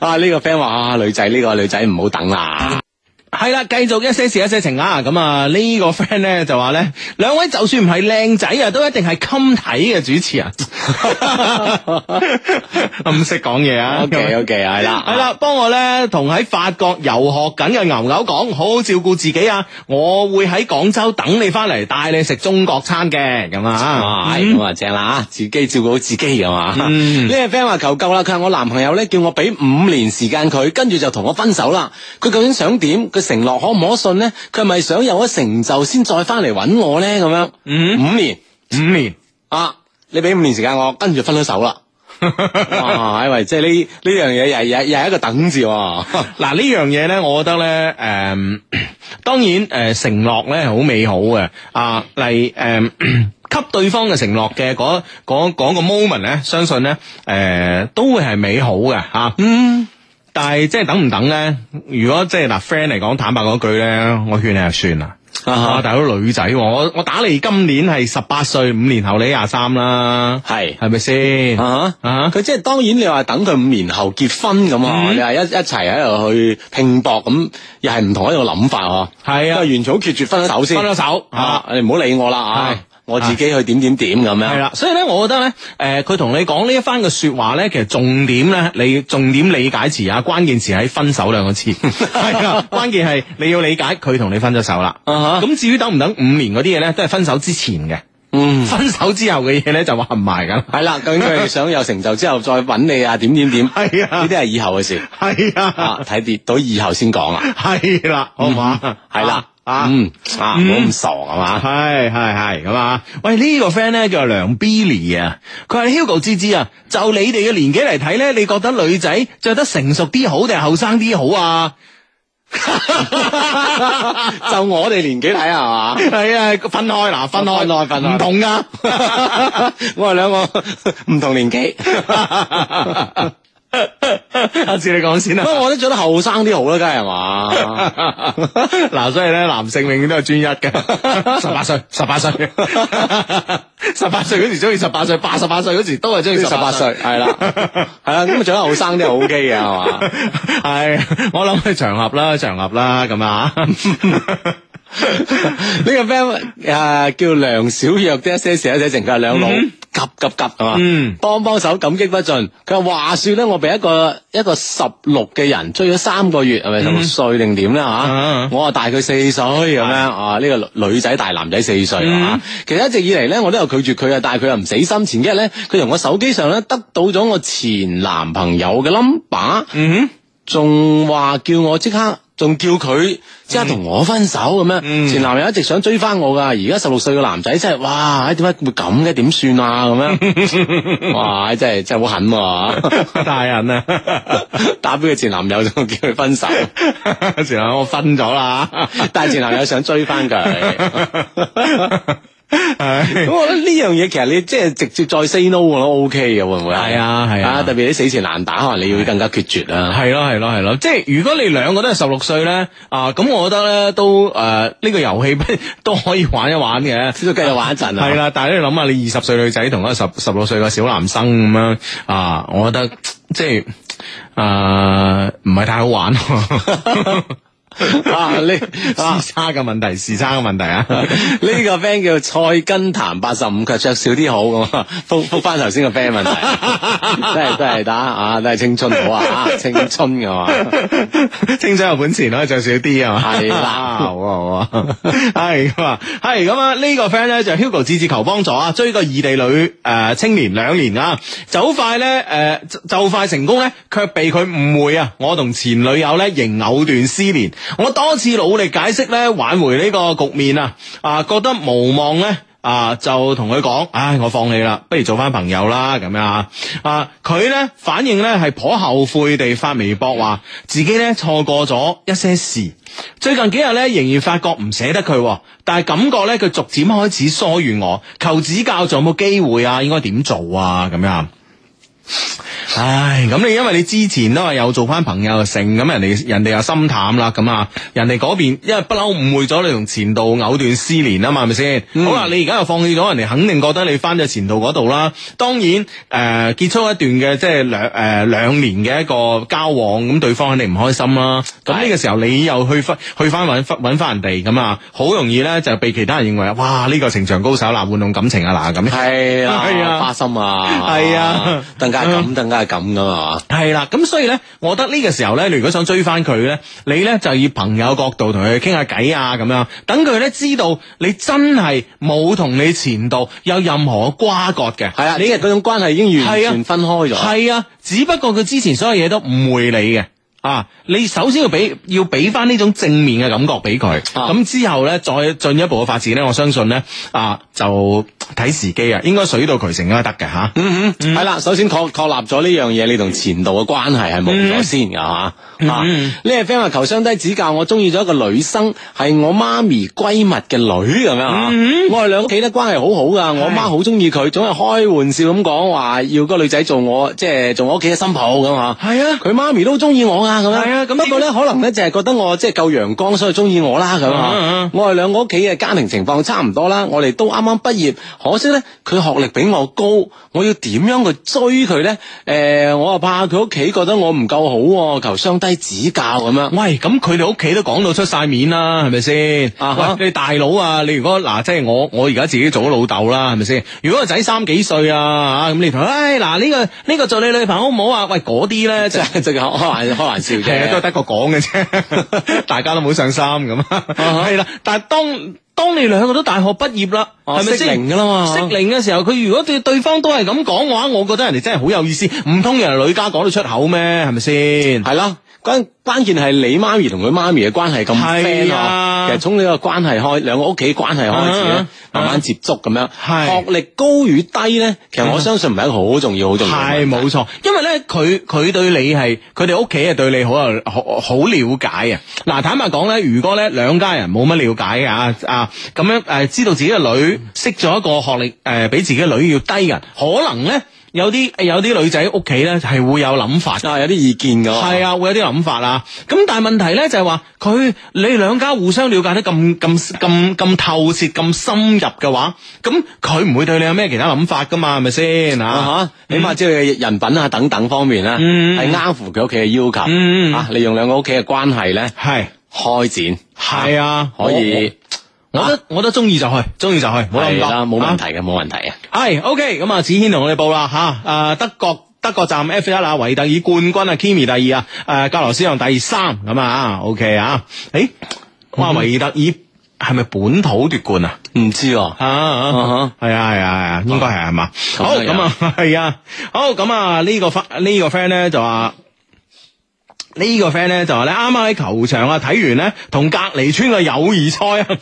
[SPEAKER 3] 啊，呢、個 friend 話啊，女仔呢、個女仔唔好 等啦。
[SPEAKER 1] 係啦，繼續一些事一些情啊！咁啊，呢個 friend 咧就話咧， 兩位就算唔係靚仔啊，都一定係襟睇嘅主持人。 唔識講嘢啊
[SPEAKER 3] OK OK，係啦，
[SPEAKER 1] 系啦，幫我咧同喺法國遊學緊嘅牛牛講，好好照顧自己啊！我會喺廣州等你翻嚟，帶你食中國餐嘅咁啊
[SPEAKER 3] 啊，。係咁啊正啦啊，自己照顧好自己噶嘛。
[SPEAKER 1] 嗯
[SPEAKER 3] 呢個 friend 話求救啦，佢話我男朋友咧叫我俾五年時間佢，跟住就同我分手啦。佢究竟想點？佢承諾可唔可信呢？佢係咪想有咗成就先再翻嚟揾我咧？咁樣，
[SPEAKER 1] 嗯
[SPEAKER 3] 五年
[SPEAKER 1] 五年，
[SPEAKER 3] 啊，你俾五年時間我，跟住分咗手啦。哇，因為即係呢呢樣嘢又係又係又係一個等字喎。
[SPEAKER 1] 嗱呢樣嘢咧，我覺得咧，诶、 當然诶、誒承諾咧好美好嘅啊，嚟诶。 給對方嘅承諾嘅嗰嗰嗰個 moment 咧，相信咧，誒、都會係美好嘅嚇。
[SPEAKER 3] 嗯。
[SPEAKER 1] 但係即係等唔等咧？如果即係嗱 friend 嚟講，坦白嗰句咧，我勸你就算啦。啊，
[SPEAKER 3] 啊
[SPEAKER 1] 大佬女仔喎，我我打你今年係十八歲，五年後你廿三啦，
[SPEAKER 3] 係
[SPEAKER 1] 係咪先？
[SPEAKER 3] 啊
[SPEAKER 1] 啊
[SPEAKER 3] 哈！佢即係當然，你話等佢五年後結婚咁啊，
[SPEAKER 1] 嗯
[SPEAKER 3] 你話一一齊喺度去拼搏咁，又係唔同一個諗法啊。
[SPEAKER 1] 係啊
[SPEAKER 3] 因為元草決絕分咗手先，
[SPEAKER 1] 分咗手
[SPEAKER 3] 啊
[SPEAKER 1] 啊！
[SPEAKER 3] 你唔好理我啦
[SPEAKER 1] 係
[SPEAKER 3] 啊！我自己去點點點咁樣。啊
[SPEAKER 1] 系啦，所以咧，我覺得咧，诶、佢同你講呢一番嘅说話咧，其實重點咧，你重點理解詞啊，關鍵詞喺分手兩個 字，係啊，關鍵係你要理解佢同你分咗手啦。
[SPEAKER 3] 啊哈，
[SPEAKER 1] 咁至於等唔等五年嗰啲嘢咧，都係分手之前嘅，
[SPEAKER 3] 嗯。
[SPEAKER 1] 分手之後嘅嘢咧就話唔埋噶。
[SPEAKER 3] 係啦，究竟佢哋想有成就之後再揾你啊？點點點，
[SPEAKER 1] 係啊
[SPEAKER 3] 呢啲係以後嘅事
[SPEAKER 1] 係
[SPEAKER 3] 啊，，睇跌到以後先講啦，
[SPEAKER 1] 係啦，好嘛，
[SPEAKER 3] 係啦，
[SPEAKER 1] 啊。
[SPEAKER 3] 嗯啊，唔好咁傻係嘛
[SPEAKER 1] 系系，系咁啊！喂，呢、個个 friend 咧叫梁 Billy 啊，佢係 Hugo 芝芝啊，就你哋嘅年紀嚟睇咧，你覺得女仔着得成熟啲好定係後生啲好啊？
[SPEAKER 3] 就我哋年紀睇係嘛。
[SPEAKER 1] 係啊，分開嗱，分開，
[SPEAKER 3] 分開分開
[SPEAKER 1] 唔同噶。
[SPEAKER 3] 我哋兩個 唔同年 紀，
[SPEAKER 1] 阿志你講先
[SPEAKER 3] 不
[SPEAKER 1] 啦。
[SPEAKER 3] 過我覺得做得後生啲好啦，梗係嘛。
[SPEAKER 1] 嗱，所以咧，男性永遠都係專一嘅，十八歲，十八歲，十八歲嗰時中意十八歲，八十八歲嗰時都係中意
[SPEAKER 3] 十
[SPEAKER 1] 十八
[SPEAKER 3] 八
[SPEAKER 1] 歲
[SPEAKER 3] 歲，。係啦，係啦，咁做啊得後生啲係 O K 嘅，係嘛。
[SPEAKER 1] 係，我諗係場合啦，場合啦，咁啊。
[SPEAKER 3] 呢個 friend 啊叫梁小若的一些事一些情，佢係兩老急急急啊嘛
[SPEAKER 1] 嗯，
[SPEAKER 3] 幫幫手感激不盡。佢話話說咧，我俾一個一個十六嘅人追咗三個月，係咪十
[SPEAKER 1] 嗯
[SPEAKER 3] 六歲定點咧
[SPEAKER 1] 啊
[SPEAKER 3] 吓？ 我啊大佢四歲咁樣啊，呢個女女仔大男仔四歲啊。其實一直以嚟咧，我都有拒絕佢啊，但係佢又唔死心。前幾日咧，佢從我手機上咧得到咗我前男朋友嘅 number。
[SPEAKER 1] 嗯
[SPEAKER 3] 仲話叫我即刻，仲叫佢即刻同我分手咁樣。前男友一直想追翻我噶，而家十六歲嘅男仔真係，哇！唉點解會咁嘅？點算啊？咁樣，哇！真係真係好狠喎、
[SPEAKER 1] 哼，大人啊，
[SPEAKER 3] 打俾佢前男友仲叫佢分手，
[SPEAKER 1] 成日我分咗啦。
[SPEAKER 3] 但係前男友想追翻佢。
[SPEAKER 1] 係
[SPEAKER 3] 咁我覺得呢樣嘢其實你即係直接再 say no 我都 OK 嘅，會唔會
[SPEAKER 1] 係啊係啊
[SPEAKER 3] 特別你死纏爛打，可能你要更加決絕啊啦。
[SPEAKER 1] 係咯啊係咯係咯，即係如果你兩個都係十六歲咧，啊咁我覺得咧都诶呢、個遊戲 都可以玩一玩嘅。
[SPEAKER 3] 繼續玩一陣啊。
[SPEAKER 1] 係啦，但係你諗下，你二十歲女仔同一個十十六歲嘅小男生咁樣啊，我覺得即係诶唔係太好玩，
[SPEAKER 3] 啊，你啊
[SPEAKER 1] 時差嘅問題，時差嘅問題啊。
[SPEAKER 3] 呢個 friend 叫蔡根譚八十五，佢着少啲好咁啊！復復翻頭先個 friend 問題，真係真係打啊，都係青春好啊，啊青春噶嘛，
[SPEAKER 1] 青春有本錢可以着少啲啊嘛，
[SPEAKER 3] 係啦
[SPEAKER 1] 好啊好啊， 係咁啊，係咁啊，呢個 friend 咧就 Hugo 志志求幫助啊，追個異地女誒、呃青年兩年啊，就好快咧誒、呃就就快成功咧，卻被佢誤會啊，我同前女友咧仍藕斷絲連，我多次努力解釋咧挽回呢個局面啊，啊覺得無望咧。啊，就同佢講，唉，我放棄啦，不如做翻朋友啦，咁樣啊。啊，佢呢反應呢係頗後悔地發微博話，自己呢錯過咗一些事。最近幾日呢，仍然發覺唔捨得佢喎，但係感覺呢，佢逐漸開始疏遠我，求指教仲有冇機會啊？應該點做啊？咁樣。唉，咁你因為你之前都話又做翻朋友成，咁人哋人哋又心淡啦，咁啊，人哋嗰邊因為不嬲誤會咗你同前度藕斷絲連啊嘛，係咪先？好啦，你而家又放棄咗，人哋肯定覺得你翻咗前度嗰度啦。當然，誒、結束一段嘅即係兩誒兩年嘅一個交往，咁對方肯定唔開心啦。咁呢個時候你又去翻去翻揾揾翻人哋咁啊，好容易咧就被其他人認為哇呢、個情場高手啦，玩弄感情啊嗱咁樣。
[SPEAKER 3] 係
[SPEAKER 1] 係啊
[SPEAKER 3] 啊，花心啊，
[SPEAKER 1] 係啊
[SPEAKER 3] 更加係咁，更加係咁噶嘛。
[SPEAKER 1] 系啦，咁所以咧，我覺得呢個時候咧，你如果想追翻佢咧，你咧就以朋友角度同佢傾下偈啊，咁樣等佢咧知道你真係冇同你前度有任何瓜葛嘅。
[SPEAKER 3] 係啊，你嘅嗰種關係已經完
[SPEAKER 1] 係啊
[SPEAKER 3] 全分開咗。
[SPEAKER 1] 係啊，只不過佢之前所有嘢都誤會你嘅。啊！你首先要俾要俾翻呢種正面嘅感覺俾佢，
[SPEAKER 3] 啊
[SPEAKER 1] 咁、之後咧再進一步嘅發展咧，我相信咧啊就睇時機啊，應該水到渠成應該得嘅吓。
[SPEAKER 3] 嗯嗯，系啦，首先確確立咗呢樣嘢，你同前度嘅關係係冇咗先噶吓。啊，呢個 friend 話求相低指教，我中意咗一個女生，係我媽咪閨蜜嘅女咁樣啊。我哋兩屋企咧關係好好噶，我媽好中意佢，總係開玩笑咁講話要個女仔做我，即係做我屋企嘅新抱咁啊。
[SPEAKER 1] 係啊
[SPEAKER 3] 佢媽咪都中意我啦咁樣。
[SPEAKER 1] 係啊咁
[SPEAKER 3] 不過咧，可能咧就係覺得我即係夠陽光，所以中意我啦咁
[SPEAKER 1] 嗯嗯
[SPEAKER 3] 啊。我哋兩個屋企嘅家庭情況差唔多啦，我哋都啱啱畢業，可惜咧佢學歷比我高，我要點樣去追佢咧？誒，我又怕佢屋企覺得我唔夠好喎，求相低指教咁樣。
[SPEAKER 1] 喂，咁佢哋屋企都講到出晒面啦，係咪先？
[SPEAKER 3] 啊哈
[SPEAKER 1] 喂，你大佬啊，你如果嗱，即係我我而家自己做咗老豆啦，係咪先？如果個仔三幾歲啊，嚇咁你同佢，唉嗱呢個呢個做你女朋友好唔好啊？喂，嗰啲咧
[SPEAKER 3] 即
[SPEAKER 1] 就。
[SPEAKER 3] 係即係開玩開玩笑
[SPEAKER 1] 其實
[SPEAKER 3] 啫，
[SPEAKER 1] 都係得個講嘅 啫，大家都冇上心咁。啊
[SPEAKER 3] 啊哈
[SPEAKER 1] 係啦，但係當當你兩個都大學畢業啦，
[SPEAKER 3] 哦
[SPEAKER 1] 係咪
[SPEAKER 3] 適
[SPEAKER 1] 先？
[SPEAKER 3] 齡㗎啦嘛
[SPEAKER 1] 適齡嘅時候，佢如果對對方都係咁講嘅話，我覺得人哋真係好有意思。唔通人哋女家講到出口咩？係咪先？
[SPEAKER 3] 系啦，關关键係你媽咪同佢媽咪嘅關係咁
[SPEAKER 1] 係
[SPEAKER 3] friend
[SPEAKER 1] 啊
[SPEAKER 3] 啊，其實從呢個關係開，兩個屋企關係開始咧
[SPEAKER 1] 啊，
[SPEAKER 3] 慢慢接觸咁樣，
[SPEAKER 1] 係
[SPEAKER 3] 學歷高與低咧，其實
[SPEAKER 1] 啊
[SPEAKER 3] 我相信唔係一個好重要、好重要嘅
[SPEAKER 1] 係
[SPEAKER 3] 問題。
[SPEAKER 1] 冇錯，因為咧佢佢對你係佢哋屋企係對你好有好好了解啊！嗱，坦白講咧，如果咧兩家人冇乜了解啊啊咁樣誒、呃知道自己嘅女識咗一個學歷誒、呃比自己嘅女要低嘅人，可能咧有啲有啲女仔屋企咧係會有諗法㗎
[SPEAKER 3] 啊，有啲意見㗎。
[SPEAKER 1] 係啊，會有啲諗法啊。咁但係問題咧就係話佢你兩家互相了解得咁咁咁咁透徹、咁深入嘅話，咁佢唔會對你有咩其他諗法噶嘛？係咪先啊？
[SPEAKER 3] 啊吓，起碼即係佢人品啊等等方面咧，
[SPEAKER 1] 嗯
[SPEAKER 3] 係啱乎佢屋企嘅要求。
[SPEAKER 1] 嗯
[SPEAKER 3] 啊，利用兩個屋企嘅關係咧
[SPEAKER 1] 係
[SPEAKER 3] 開展，
[SPEAKER 1] 係啊，
[SPEAKER 3] 可以，啊
[SPEAKER 1] 我，我覺得我覺得中意就去，中意就去，哦冇諗咁
[SPEAKER 3] 係
[SPEAKER 1] 多
[SPEAKER 3] 啦，冇問。題嘅，冇問題啊。
[SPEAKER 1] 啊係 OK，咁啊，子軒同我哋報啦吓，啊德國。德國站 F 一啊，維特爾冠軍啊，Kimi 第二啊，誒格羅斯讓第三咁啊，OK 啊，誒，
[SPEAKER 3] 嗯
[SPEAKER 1] 哇維特爾係咪本土奪冠啊？
[SPEAKER 3] 唔知喎，
[SPEAKER 1] 啊啊
[SPEAKER 3] 哈，
[SPEAKER 1] 係啊係啊係啊，應該係係嘛？
[SPEAKER 3] 咁
[SPEAKER 1] 好
[SPEAKER 3] 都有
[SPEAKER 1] 咁啊，係啊，好咁啊，呢個 friend 呢個 friend 咧就話。呢個 friend 咧就話咧，啱啱喺球場啊睇完咧，同隔離村嘅友誼賽啊，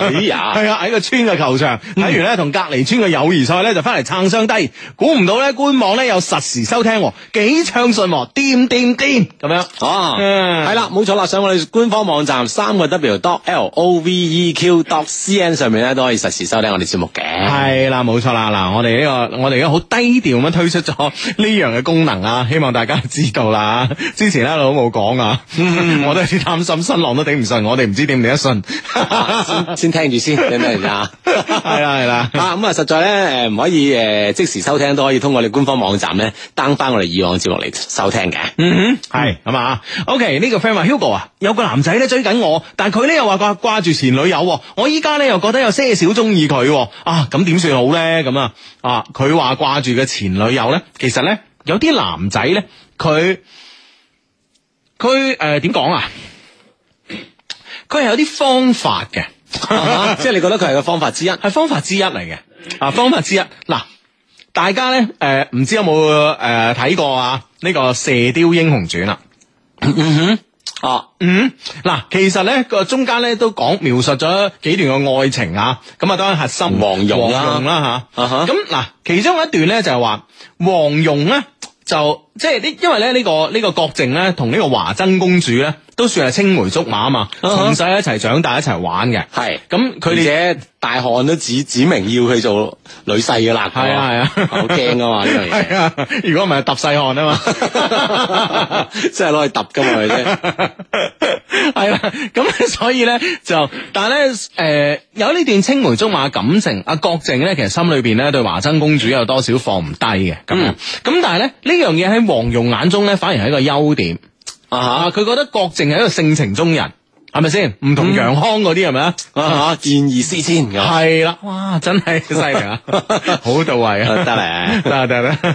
[SPEAKER 3] 哎 呀
[SPEAKER 1] 係啊喺個村嘅球場睇完咧，同隔離村嘅友誼賽咧就翻嚟撐雙低，估唔到咧官網咧有實時收聽喎，幾暢順喎，掂掂掂咁樣。
[SPEAKER 3] 哦，
[SPEAKER 1] 嗯
[SPEAKER 3] 系啦，冇錯啦，上我哋官方網站三個 W dot L O V E Q dot C N 上面咧都可以實時收聽我哋節目嘅。
[SPEAKER 1] 係啦，冇錯啦，嗱，我哋呢、個我哋而家好低調咁樣推出咗 呢樣嘅功能啊，希望大家知道啦。之前咧老冇講啊， 我都有啲擔心新浪都頂唔順，我哋唔知點頂得順。
[SPEAKER 3] 啊先先聽住先，聽唔聽住啊？
[SPEAKER 1] 係啦係啦，
[SPEAKER 3] 啊咁啊，實在咧誒唔可以誒即時收聽，都可以通過我哋官方網站咧 down 翻我哋以往節目嚟收聽嘅。
[SPEAKER 1] 嗯哼，係咁啊。OK，呢個 friend 話 Hugo 啊，有個男仔咧追緊我，但佢咧又話掛掛住前女友喎，我依家咧又覺得有些少中意佢喎，啊，咁點算好咧？咁啊，啊，佢話掛住嘅前女友咧，其實咧有啲男仔咧，佢。佢誒點講啊？佢係有啲方法嘅，
[SPEAKER 3] 啊 即係你覺得佢係個方法之一。
[SPEAKER 1] 係方法之一嚟嘅。啊，方法之一嗱，大家咧誒，呃唔、知有冇誒睇過啊？呢、個《射雕英雄傳》啊啦。
[SPEAKER 3] 哦，
[SPEAKER 1] 嗯，嗱，其實咧個中間咧都講描述咗幾段嘅愛情啊，咁啊當然核心
[SPEAKER 3] 黃蓉啦
[SPEAKER 1] 黃蓉啦吓，
[SPEAKER 3] 啊哈
[SPEAKER 1] 咁嗱、其中一段咧就係話黃蓉咧就即係呢，因為咧呢、個呢、個郭靖咧同呢個華箏公主咧都算係青梅竹馬啊嘛，
[SPEAKER 3] 啊哈
[SPEAKER 1] 從細一齊長大一齊玩嘅，
[SPEAKER 3] 係
[SPEAKER 1] 咁佢
[SPEAKER 3] 佢
[SPEAKER 1] 哋。
[SPEAKER 3] 哋大漢都指指明要佢做女婿噶啦。
[SPEAKER 1] 係啊係啊
[SPEAKER 3] 好驚噶嘛呢樣嘢
[SPEAKER 1] 係啊，如果唔係揼細汗啊嘛。，
[SPEAKER 3] 真係啊攞去揼噶嘛 佢啫。
[SPEAKER 1] 系啦，咁所以咧就，但系咧，诶、有呢段青梅竹馬嘅感情，阿郭靖咧，其實心裏邊咧對華箏公主有多少放唔低嘅，咁樣咁、但係咧呢樣嘢喺黃蓉眼中咧，反而係一個優點啊！
[SPEAKER 3] 啊
[SPEAKER 1] 佢覺得郭靖係一個性情中人，係咪先？唔同楊康嗰啲係咪啊？
[SPEAKER 3] 吓啊！見異思遷咁。
[SPEAKER 1] 係啦，哇，真係犀利啊，好到位啊，
[SPEAKER 3] 得咧
[SPEAKER 1] 得得得，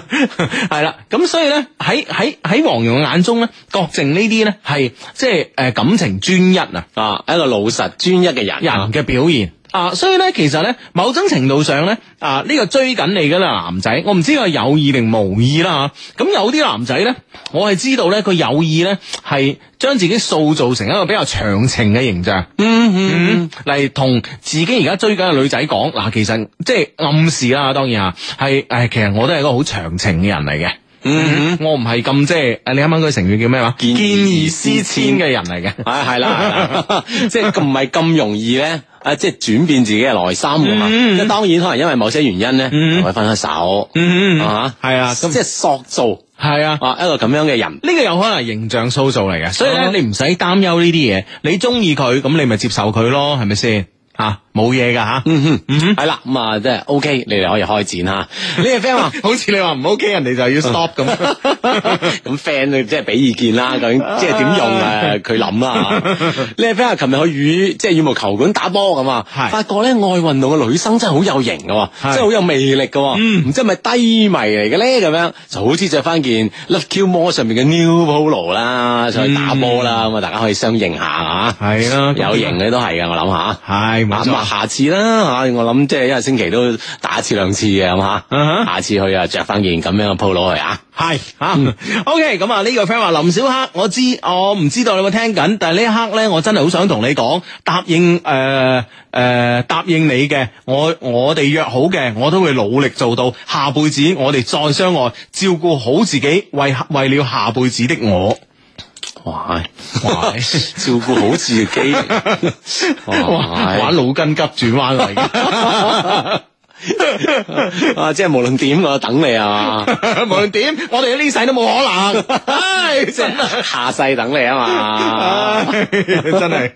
[SPEAKER 1] 係啦，咁所以咧喺喺喺黃蓉嘅眼中咧，郭靖呢啲咧係即係诶感情專一啊。
[SPEAKER 3] 啊，一個老實專一嘅人，
[SPEAKER 1] 人嘅表現啊，所以咧，其實咧，某種程度上咧，啊，呢、個追緊你嘅男仔，我唔知佢係有意定無意啦嚇咁、有啲男仔咧，我係知道咧，佢有意咧係將自己塑造成一個比較長情嘅形象，嗯嗯，嚟同自己而家追緊嘅女仔講，嗱、其實即係暗示啦，當然嚇，係誒，其實我都係一個好長情嘅人嚟嘅。嗯，我唔係咁即係，誒你啱啱嗰個成語叫咩話？
[SPEAKER 3] 見異思遷
[SPEAKER 1] 嘅人嚟嘅，
[SPEAKER 3] 啊係啦， 係啦即係咁唔係咁容易咧，啊即係轉變自己嘅內心噶嘛，
[SPEAKER 1] 嗯
[SPEAKER 3] 即係當然可能因為某些原因咧，同佢分咗手，
[SPEAKER 1] 嗯嗯嗯
[SPEAKER 3] 啊
[SPEAKER 1] 係啊咁
[SPEAKER 3] 即係塑造
[SPEAKER 1] 係啊。
[SPEAKER 3] 啊一個咁樣嘅人，
[SPEAKER 1] 呢個有可能係形象塑造嚟嘅，所以咧
[SPEAKER 3] 啊
[SPEAKER 1] 你唔使擔憂呢啲嘢，你中意佢咁你咪接受佢咯，係咪先？吓冇嘢噶吓，
[SPEAKER 3] 嗯哼，係啦，咁啊，即係 OK，你哋可以開展吓。 呢個 friend 話。
[SPEAKER 1] 好似你話唔 OK，人哋就要 stop 咁。
[SPEAKER 3] 咁 friend 即係俾意見啦，究竟即係點用誒佢諗啦。呢個 friend 話琴日去羽即係羽毛球館打波咁啊
[SPEAKER 1] 係，
[SPEAKER 3] 發覺咧愛運動嘅女生真係好有型嘅喎，
[SPEAKER 1] 係
[SPEAKER 3] 真係好嗯有魅力嘅喎，唔知係咪低迷嚟嘅咧咁樣，就好似着翻件 Love Q More 上面嘅 New Polo 啦，上去打波啦，咁啊大家可以相應下啊。
[SPEAKER 1] 係啦
[SPEAKER 3] 有型嘅都係嘅，我諗下。
[SPEAKER 1] 係冇
[SPEAKER 3] 咁啊，
[SPEAKER 1] 錯。
[SPEAKER 3] 下次啦吓，我諗即係一個星期都打一次兩次嘅咁 吓
[SPEAKER 1] 嗯哼，
[SPEAKER 3] 下次去啊着翻件咁樣嘅 polo 去啊。
[SPEAKER 1] 系啊，OK，咁啊呢個 friend 話林小黑，我知我唔知道你有冇聽緊，但係呢一刻咧，我真係好想同你講，答應诶诶、呃答應你嘅，我我哋約好嘅，我都會努力做到，下輩子我哋再相愛，照顧好自己，為為了下輩子的我。
[SPEAKER 3] 哇！哇！照顧好自己，
[SPEAKER 1] 哇玩
[SPEAKER 3] 哇！
[SPEAKER 1] 腦筋急轉彎啊嚟 嘅。
[SPEAKER 3] 啊，即係無論點我等你啊，
[SPEAKER 1] 無論點，我哋呢世都冇可 能，唉，
[SPEAKER 3] 即
[SPEAKER 1] 真係，
[SPEAKER 3] 係下世等你啊 嘛。
[SPEAKER 1] 唉 真係，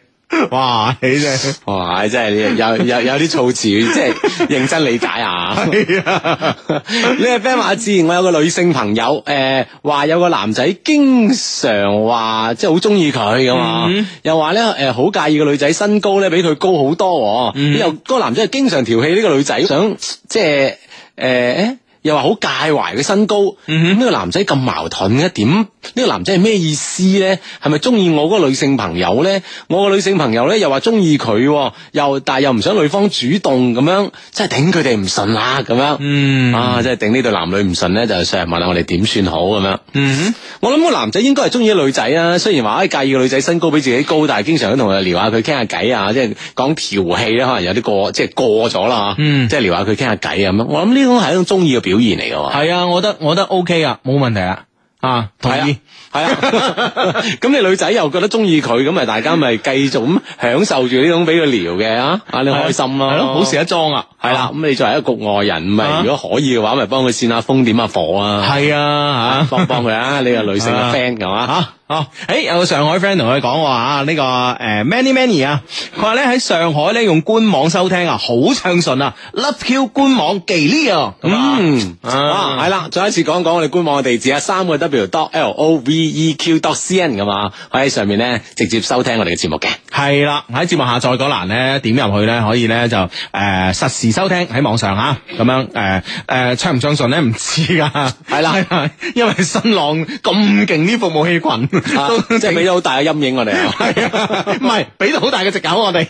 [SPEAKER 1] 哇，你真 係。
[SPEAKER 3] 哇！真係有有有啲措辭，即係認真理解啊！呢
[SPEAKER 1] 哎
[SPEAKER 3] 個 friend 話：自然我有個女性朋友，誒話有個男仔經常話即係好中意佢噶嘛，又話咧誒好介意個女仔身高咧比佢高好多喎，又個男仔係經常調戲呢個女仔，想即係呃誒。又話好介懷佢身高，咁呢、個男仔咁矛盾嘅點？呢、個男仔係咩意思咧？係咪中意我嗰個女性朋友咧？我個女性朋友咧又話中意佢喎，又但係又唔想女方主動咁樣，真係頂佢哋唔順啦咁樣。
[SPEAKER 1] 嗯
[SPEAKER 3] 啊，真係頂呢對男女唔順咧，就上日問下我哋點算好咁樣。
[SPEAKER 1] 嗯
[SPEAKER 3] 我諗個男仔應該係中意女仔啊，雖然話唉介意個女仔身高比自己高，但係經常都同佢聊下佢傾下偈啊，即係講調戲咧，可能有啲過即係過咗啦，
[SPEAKER 1] 嗯
[SPEAKER 3] 即係聊下佢傾下偈啊咁樣。我諗呢種係一種中意嘅表現嚟嘅喎。
[SPEAKER 1] 哼，系啊，我覺得我覺得 OK 啊，冇問題啊，啊，同
[SPEAKER 3] 係啊
[SPEAKER 1] 意。
[SPEAKER 3] 系啊， 咁你女仔又覺得中意佢，咁咪大家咪繼續咁享受住呢種俾佢聊嘅啊，啊你開心咯，
[SPEAKER 1] 係咯，好事一桩啊，
[SPEAKER 3] 係啦，咁你作為一個局外人，咪
[SPEAKER 1] 啊
[SPEAKER 3] 如果可以嘅話，咪幫佢扇下風點下火啊，
[SPEAKER 1] 係啊，
[SPEAKER 3] 啊
[SPEAKER 1] 吓。
[SPEAKER 3] 幫幫佢啊，你個女性
[SPEAKER 1] 啊
[SPEAKER 3] 嘅 friend 係嘛？
[SPEAKER 1] 吓哦，诶、有個上海 friend 同佢講話啊，呢、個个诶 Many Many 啊，佢話咧喺上海咧用官網收聽啊，好暢順啊，Love Q 官網忌呢啊，咁啊，
[SPEAKER 3] 嗯，啊，系啦，再一次講講我哋官網嘅地址啊，三個 W dot L O V E Q dot C N 咁啊，可以喺上面咧直接收聽我哋嘅節目嘅。
[SPEAKER 1] 係啦，喺節目下載嗰欄咧點入去咧，可以咧就诶、誒實時收聽喺網上吓，咁樣诶诶暢唔暢順咧唔知噶，
[SPEAKER 3] 係啦
[SPEAKER 1] 係啊， 因為新浪咁勁啲服務器群，
[SPEAKER 3] 啊
[SPEAKER 1] 都
[SPEAKER 3] 即係俾咗好大嘅陰影我哋 啊，
[SPEAKER 1] 系啊，唔系俾到好大嘅藉口我 哋。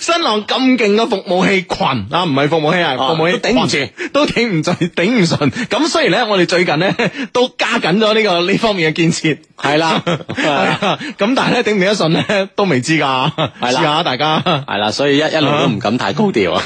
[SPEAKER 1] 新浪咁勁嘅服務器群啊，唔係服務器啊，
[SPEAKER 3] 哦
[SPEAKER 1] 服務器
[SPEAKER 3] 都頂唔
[SPEAKER 1] 群，都頂唔順，頂唔順。咁雖然咧，我哋最近咧都加緊咗呢個呢方面嘅建設。
[SPEAKER 3] 係啦，
[SPEAKER 1] 係啊咁但係咧頂唔頂得順咧都未知㗎，
[SPEAKER 3] 係啦
[SPEAKER 1] 試下大家。
[SPEAKER 3] 係啦，所以一一路都唔敢太高調啊。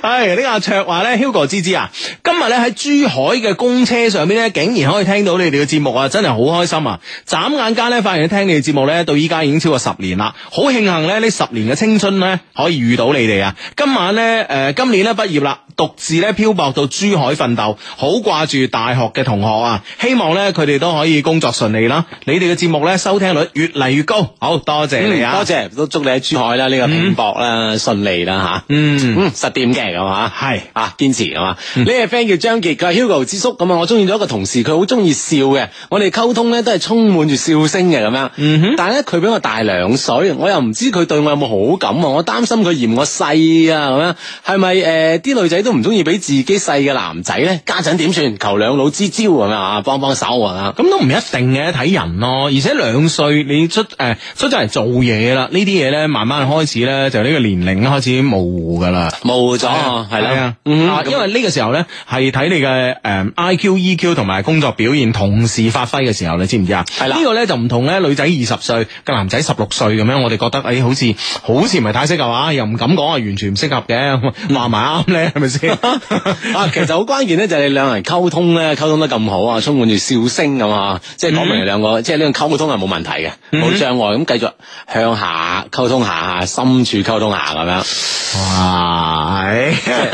[SPEAKER 1] 唉，啊呢個阿卓話咧，Hugo 芝芝啊，今日咧喺珠海嘅公車上邊咧，竟然可以聽到你哋嘅節目啊，真係好開心啊！眨眼間咧，發現聽你哋節目咧，到依家已經超過十年啦，好慶幸咧呢十年嘅青春咧，可以遇到你哋啊！今晚咧，誒、今年咧畢業啦，獨自咧漂泊到珠海奮鬥，好掛住大學嘅同學啊！希望咧佢哋都可以工作順利啦，你哋嘅節目咧收聽率越嚟越高，好多謝你啊！
[SPEAKER 3] 嗯多謝，都祝你喺珠海啦，呢個拼搏啦，順利啦吓。
[SPEAKER 1] 嗯，
[SPEAKER 3] 嗯，實掂嘅咁啊，
[SPEAKER 1] 係
[SPEAKER 3] 啊，堅持咁啊。呢個 friend 叫張傑，佢話 Hugo 之叔咁啊，我中意咗一個同事，佢好中意笑嘅，我哋溝通咧都係充滿住笑聲嘅咁樣。但係咧佢比我大兩歲，我又唔知佢對我有冇好感啊，我擔心佢嫌我細啊咁樣，係咪誒啲女仔都唔中意俾自己細嘅男仔咧？家陣點算？求兩老支招咁樣啊，幫幫手啊！
[SPEAKER 1] 咁都唔一定嘅，睇人咯。而且兩歲你出誒、呃出咗嚟做嘢啦，呢啲嘢咧慢慢開始咧就呢個年齡開始模糊噶啦。
[SPEAKER 3] 冇咗啊係
[SPEAKER 1] 係
[SPEAKER 3] 啦
[SPEAKER 1] 啊，，
[SPEAKER 3] 嗯
[SPEAKER 1] 啊，因為呢個時候咧係睇你嘅誒 I Q、E Q 同埋工作表現同時發揮嘅時候，你知唔知啊？
[SPEAKER 3] 係啦
[SPEAKER 1] 呢個咧就唔同咧，女仔二十歲，個男仔十六歲咁樣，我哋覺得誒、哎好似好似唔係太適合啊，又唔敢講啊，完全唔適合 嘅，話埋啱咧，係咪先？
[SPEAKER 3] 啊，其實好關鍵咧，就係你兩人溝通咧，溝通得咁好啊，充滿住笑聲咁啊，即係講明你兩個，即係呢種溝通係冇問題嘅，冇障礙，咁繼續向下溝通下，深處溝通下咁樣。
[SPEAKER 1] 哇！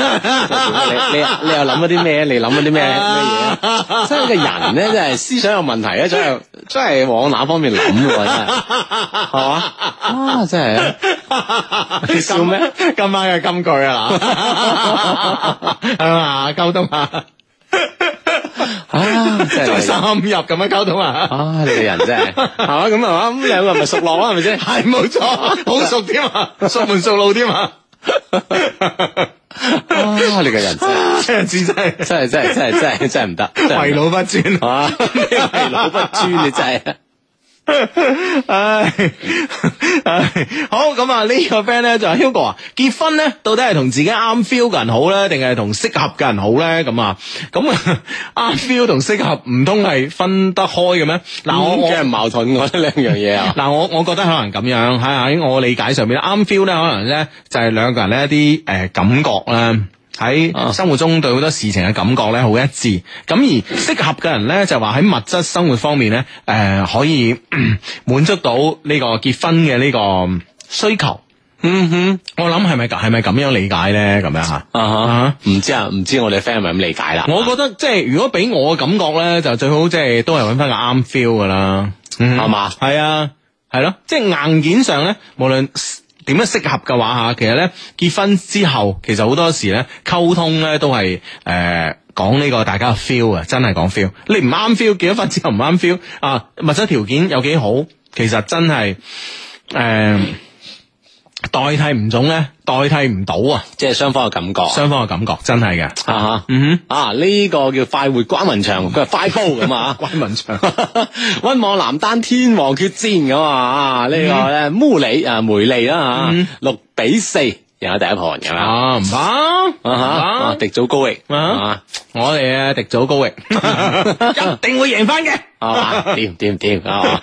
[SPEAKER 3] 你你你又諗咗啲咩？你諗咗啲咩咩 嘢？真係個人咧，真係思想有問題咧，真係真係往那方面諗喎，真係係嘛？啊，真係
[SPEAKER 1] 你笑咩？今晚嘅金句啊， 嗱，係嘛？溝通下，
[SPEAKER 3] 啊，真
[SPEAKER 1] 再
[SPEAKER 3] 係
[SPEAKER 1] 深入咁樣溝通下，
[SPEAKER 3] 啊，你個人真係係嘛？咁係嘛？咁兩個人咪熟絡啊？係咪先？
[SPEAKER 1] 係冇錯，好熟添啊，熟門熟路添啊，
[SPEAKER 3] 啊，你個人真係
[SPEAKER 1] 真係
[SPEAKER 3] 真係真係真係真係真係唔得，真係唔得
[SPEAKER 1] 為老不尊。
[SPEAKER 3] 啊！為老不尊，你真係。
[SPEAKER 1] 唉，唉，好咁啊！呢個 friend 咧就係 Hugo 啊，結婚咧到底係同自己啱 feel 嘅人好咧，定係同適合嘅人好咧？咁啊，咁啊啱 feel 同適合唔通係分得開嘅咩？嗱，我
[SPEAKER 3] 咁
[SPEAKER 1] 我
[SPEAKER 3] 嘅人嗯矛盾，我覺得兩樣嘢啊。
[SPEAKER 1] 嗱，我我覺得可能咁樣喺喺我理解上面咧，啱 feel 咧，可能咧就係兩個人咧啲誒感覺咧。喺生活中對好多事情嘅感覺咧好一致，咁而適合嘅人咧就話喺物質生活方面咧，誒、可以 滿足到呢個結婚嘅呢個需求。
[SPEAKER 3] 嗯哼，
[SPEAKER 1] 我諗係咪係咪咁樣理解咧？咁樣吓。
[SPEAKER 3] 啊哈，唔知啊，唔知我哋 friend 係咪咁理解啦。 啊
[SPEAKER 1] 我覺得即係如果俾我嘅感覺咧，就最好即係都係揾翻個啱 feel 噶啦，係
[SPEAKER 3] 係嘛
[SPEAKER 1] 係啊，係咯，即係硬件上咧，無論 s- 點樣適合嘅話嚇，其實咧結婚之後，其實好多時咧溝通咧都係誒。呃講呢個大家嘅 feel 啊，真係講 feel。你唔啱 feel，結咗婚之後唔啱 feel 啊，物質條件有幾好，其實真係誒、呃代替唔種咧，代替唔到啊，
[SPEAKER 3] 即係雙方嘅感覺。
[SPEAKER 1] 雙方嘅感覺真係 嘅。
[SPEAKER 3] 啊哈，
[SPEAKER 1] 嗯。
[SPEAKER 3] 啊呢個叫快活關雲長，佢係快煲咁啊
[SPEAKER 1] 關文祥。
[SPEAKER 3] 溫網男單天王決戰咁啊，啊呢
[SPEAKER 1] 嗯
[SPEAKER 3] 個咧穆里啊梅利啦吓，六比四贏咗第一盤咁啊。
[SPEAKER 1] 啊，唔怕，唔
[SPEAKER 3] 啊哈，
[SPEAKER 1] 怕
[SPEAKER 3] 啊，迪祖高域
[SPEAKER 1] 啊
[SPEAKER 3] 啊，
[SPEAKER 1] 我哋嘅迪祖高域 一定會贏翻嘅。
[SPEAKER 3] 係嘛，啊掂掂掂啊。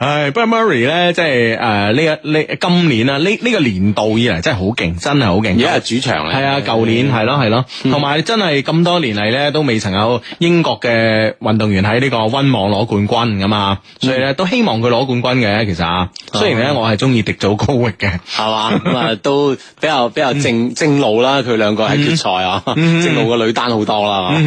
[SPEAKER 1] 唉，不過 Ờ, Murray ờ, 咧，即係誒呢個呢今年啊，呢呢個年度以嚟真係好勁，真係好勁。
[SPEAKER 3] 而家係主場咧，
[SPEAKER 1] 係啊，舊年係咯係咯，同埋真係咁多年嚟咧，都未曾有英國嘅運動員喺呢個溫網攞冠軍噶嘛，所以咧都希望佢攞冠軍嘅。其實啊，雖然咧我係中意迪祖高域嘅，
[SPEAKER 3] 係嘛，咁啊都比較比較
[SPEAKER 1] 嗯
[SPEAKER 3] 正正路啦，佢兩個喺決賽啊，正路嘅女單好多啦，
[SPEAKER 1] 嗯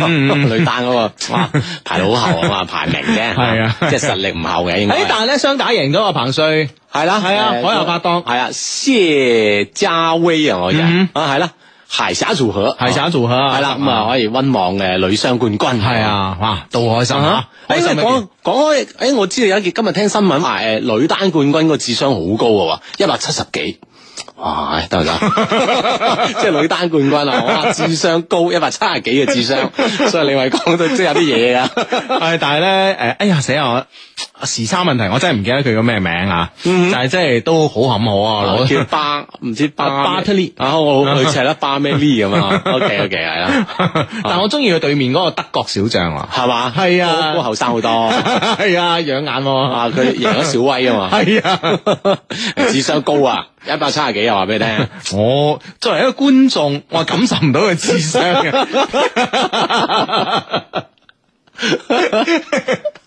[SPEAKER 3] 女單嗰個哇排到好後啊嘛， 排名啫，
[SPEAKER 1] 係啊哎
[SPEAKER 3] 即係實力唔後嘅應該
[SPEAKER 1] 誒，但係咧雙打贏咗阿彭帥，
[SPEAKER 3] 係啦，
[SPEAKER 1] 係啊
[SPEAKER 3] 誒
[SPEAKER 1] 海牙拍檔
[SPEAKER 3] 係啊，謝家威啊，我哋
[SPEAKER 1] 嗯
[SPEAKER 3] 啊係啦，海峡組合，
[SPEAKER 1] 係想做下，
[SPEAKER 3] 係啦，咁啊可以溫網嘅女雙冠軍，
[SPEAKER 1] 係。啊，哇，都好開心
[SPEAKER 3] 啊
[SPEAKER 1] 啊！！
[SPEAKER 3] 誒，
[SPEAKER 1] 開心一
[SPEAKER 3] 講
[SPEAKER 1] 件
[SPEAKER 3] 講開，誒，我知道有一件今日聽新聞話，誒，女單冠軍個智商好高嘅喎，一百七十幾，哇，得 唔得？ 即係女單冠軍啊，哇，智商高一百七十幾嘅 智商，所以你咪講到即係有啲嘢啊，
[SPEAKER 1] 係，但係咧，誒，哎呀，死啊！我時差問題，我真係唔記得佢個咩名啊，但係真係都 好坎坷啊，老
[SPEAKER 3] 叫巴唔知巴
[SPEAKER 1] 巴特利
[SPEAKER 3] 啊，我好類似係啦，巴咩利咁 啊，OK OK 係啦，
[SPEAKER 1] 但我中意佢對面嗰個德國小將啊，
[SPEAKER 3] 係嘛，
[SPEAKER 1] 係啊
[SPEAKER 3] 高高後生好 多，
[SPEAKER 1] 係啊，養眼喎，
[SPEAKER 3] 啊，佢贏咗小威啊嘛，
[SPEAKER 1] 係啊，
[SPEAKER 3] 智商高啊，一百七十幾啊，話俾 你聽。
[SPEAKER 1] 我作為一個觀眾，我係感受唔到佢智商啊嘅，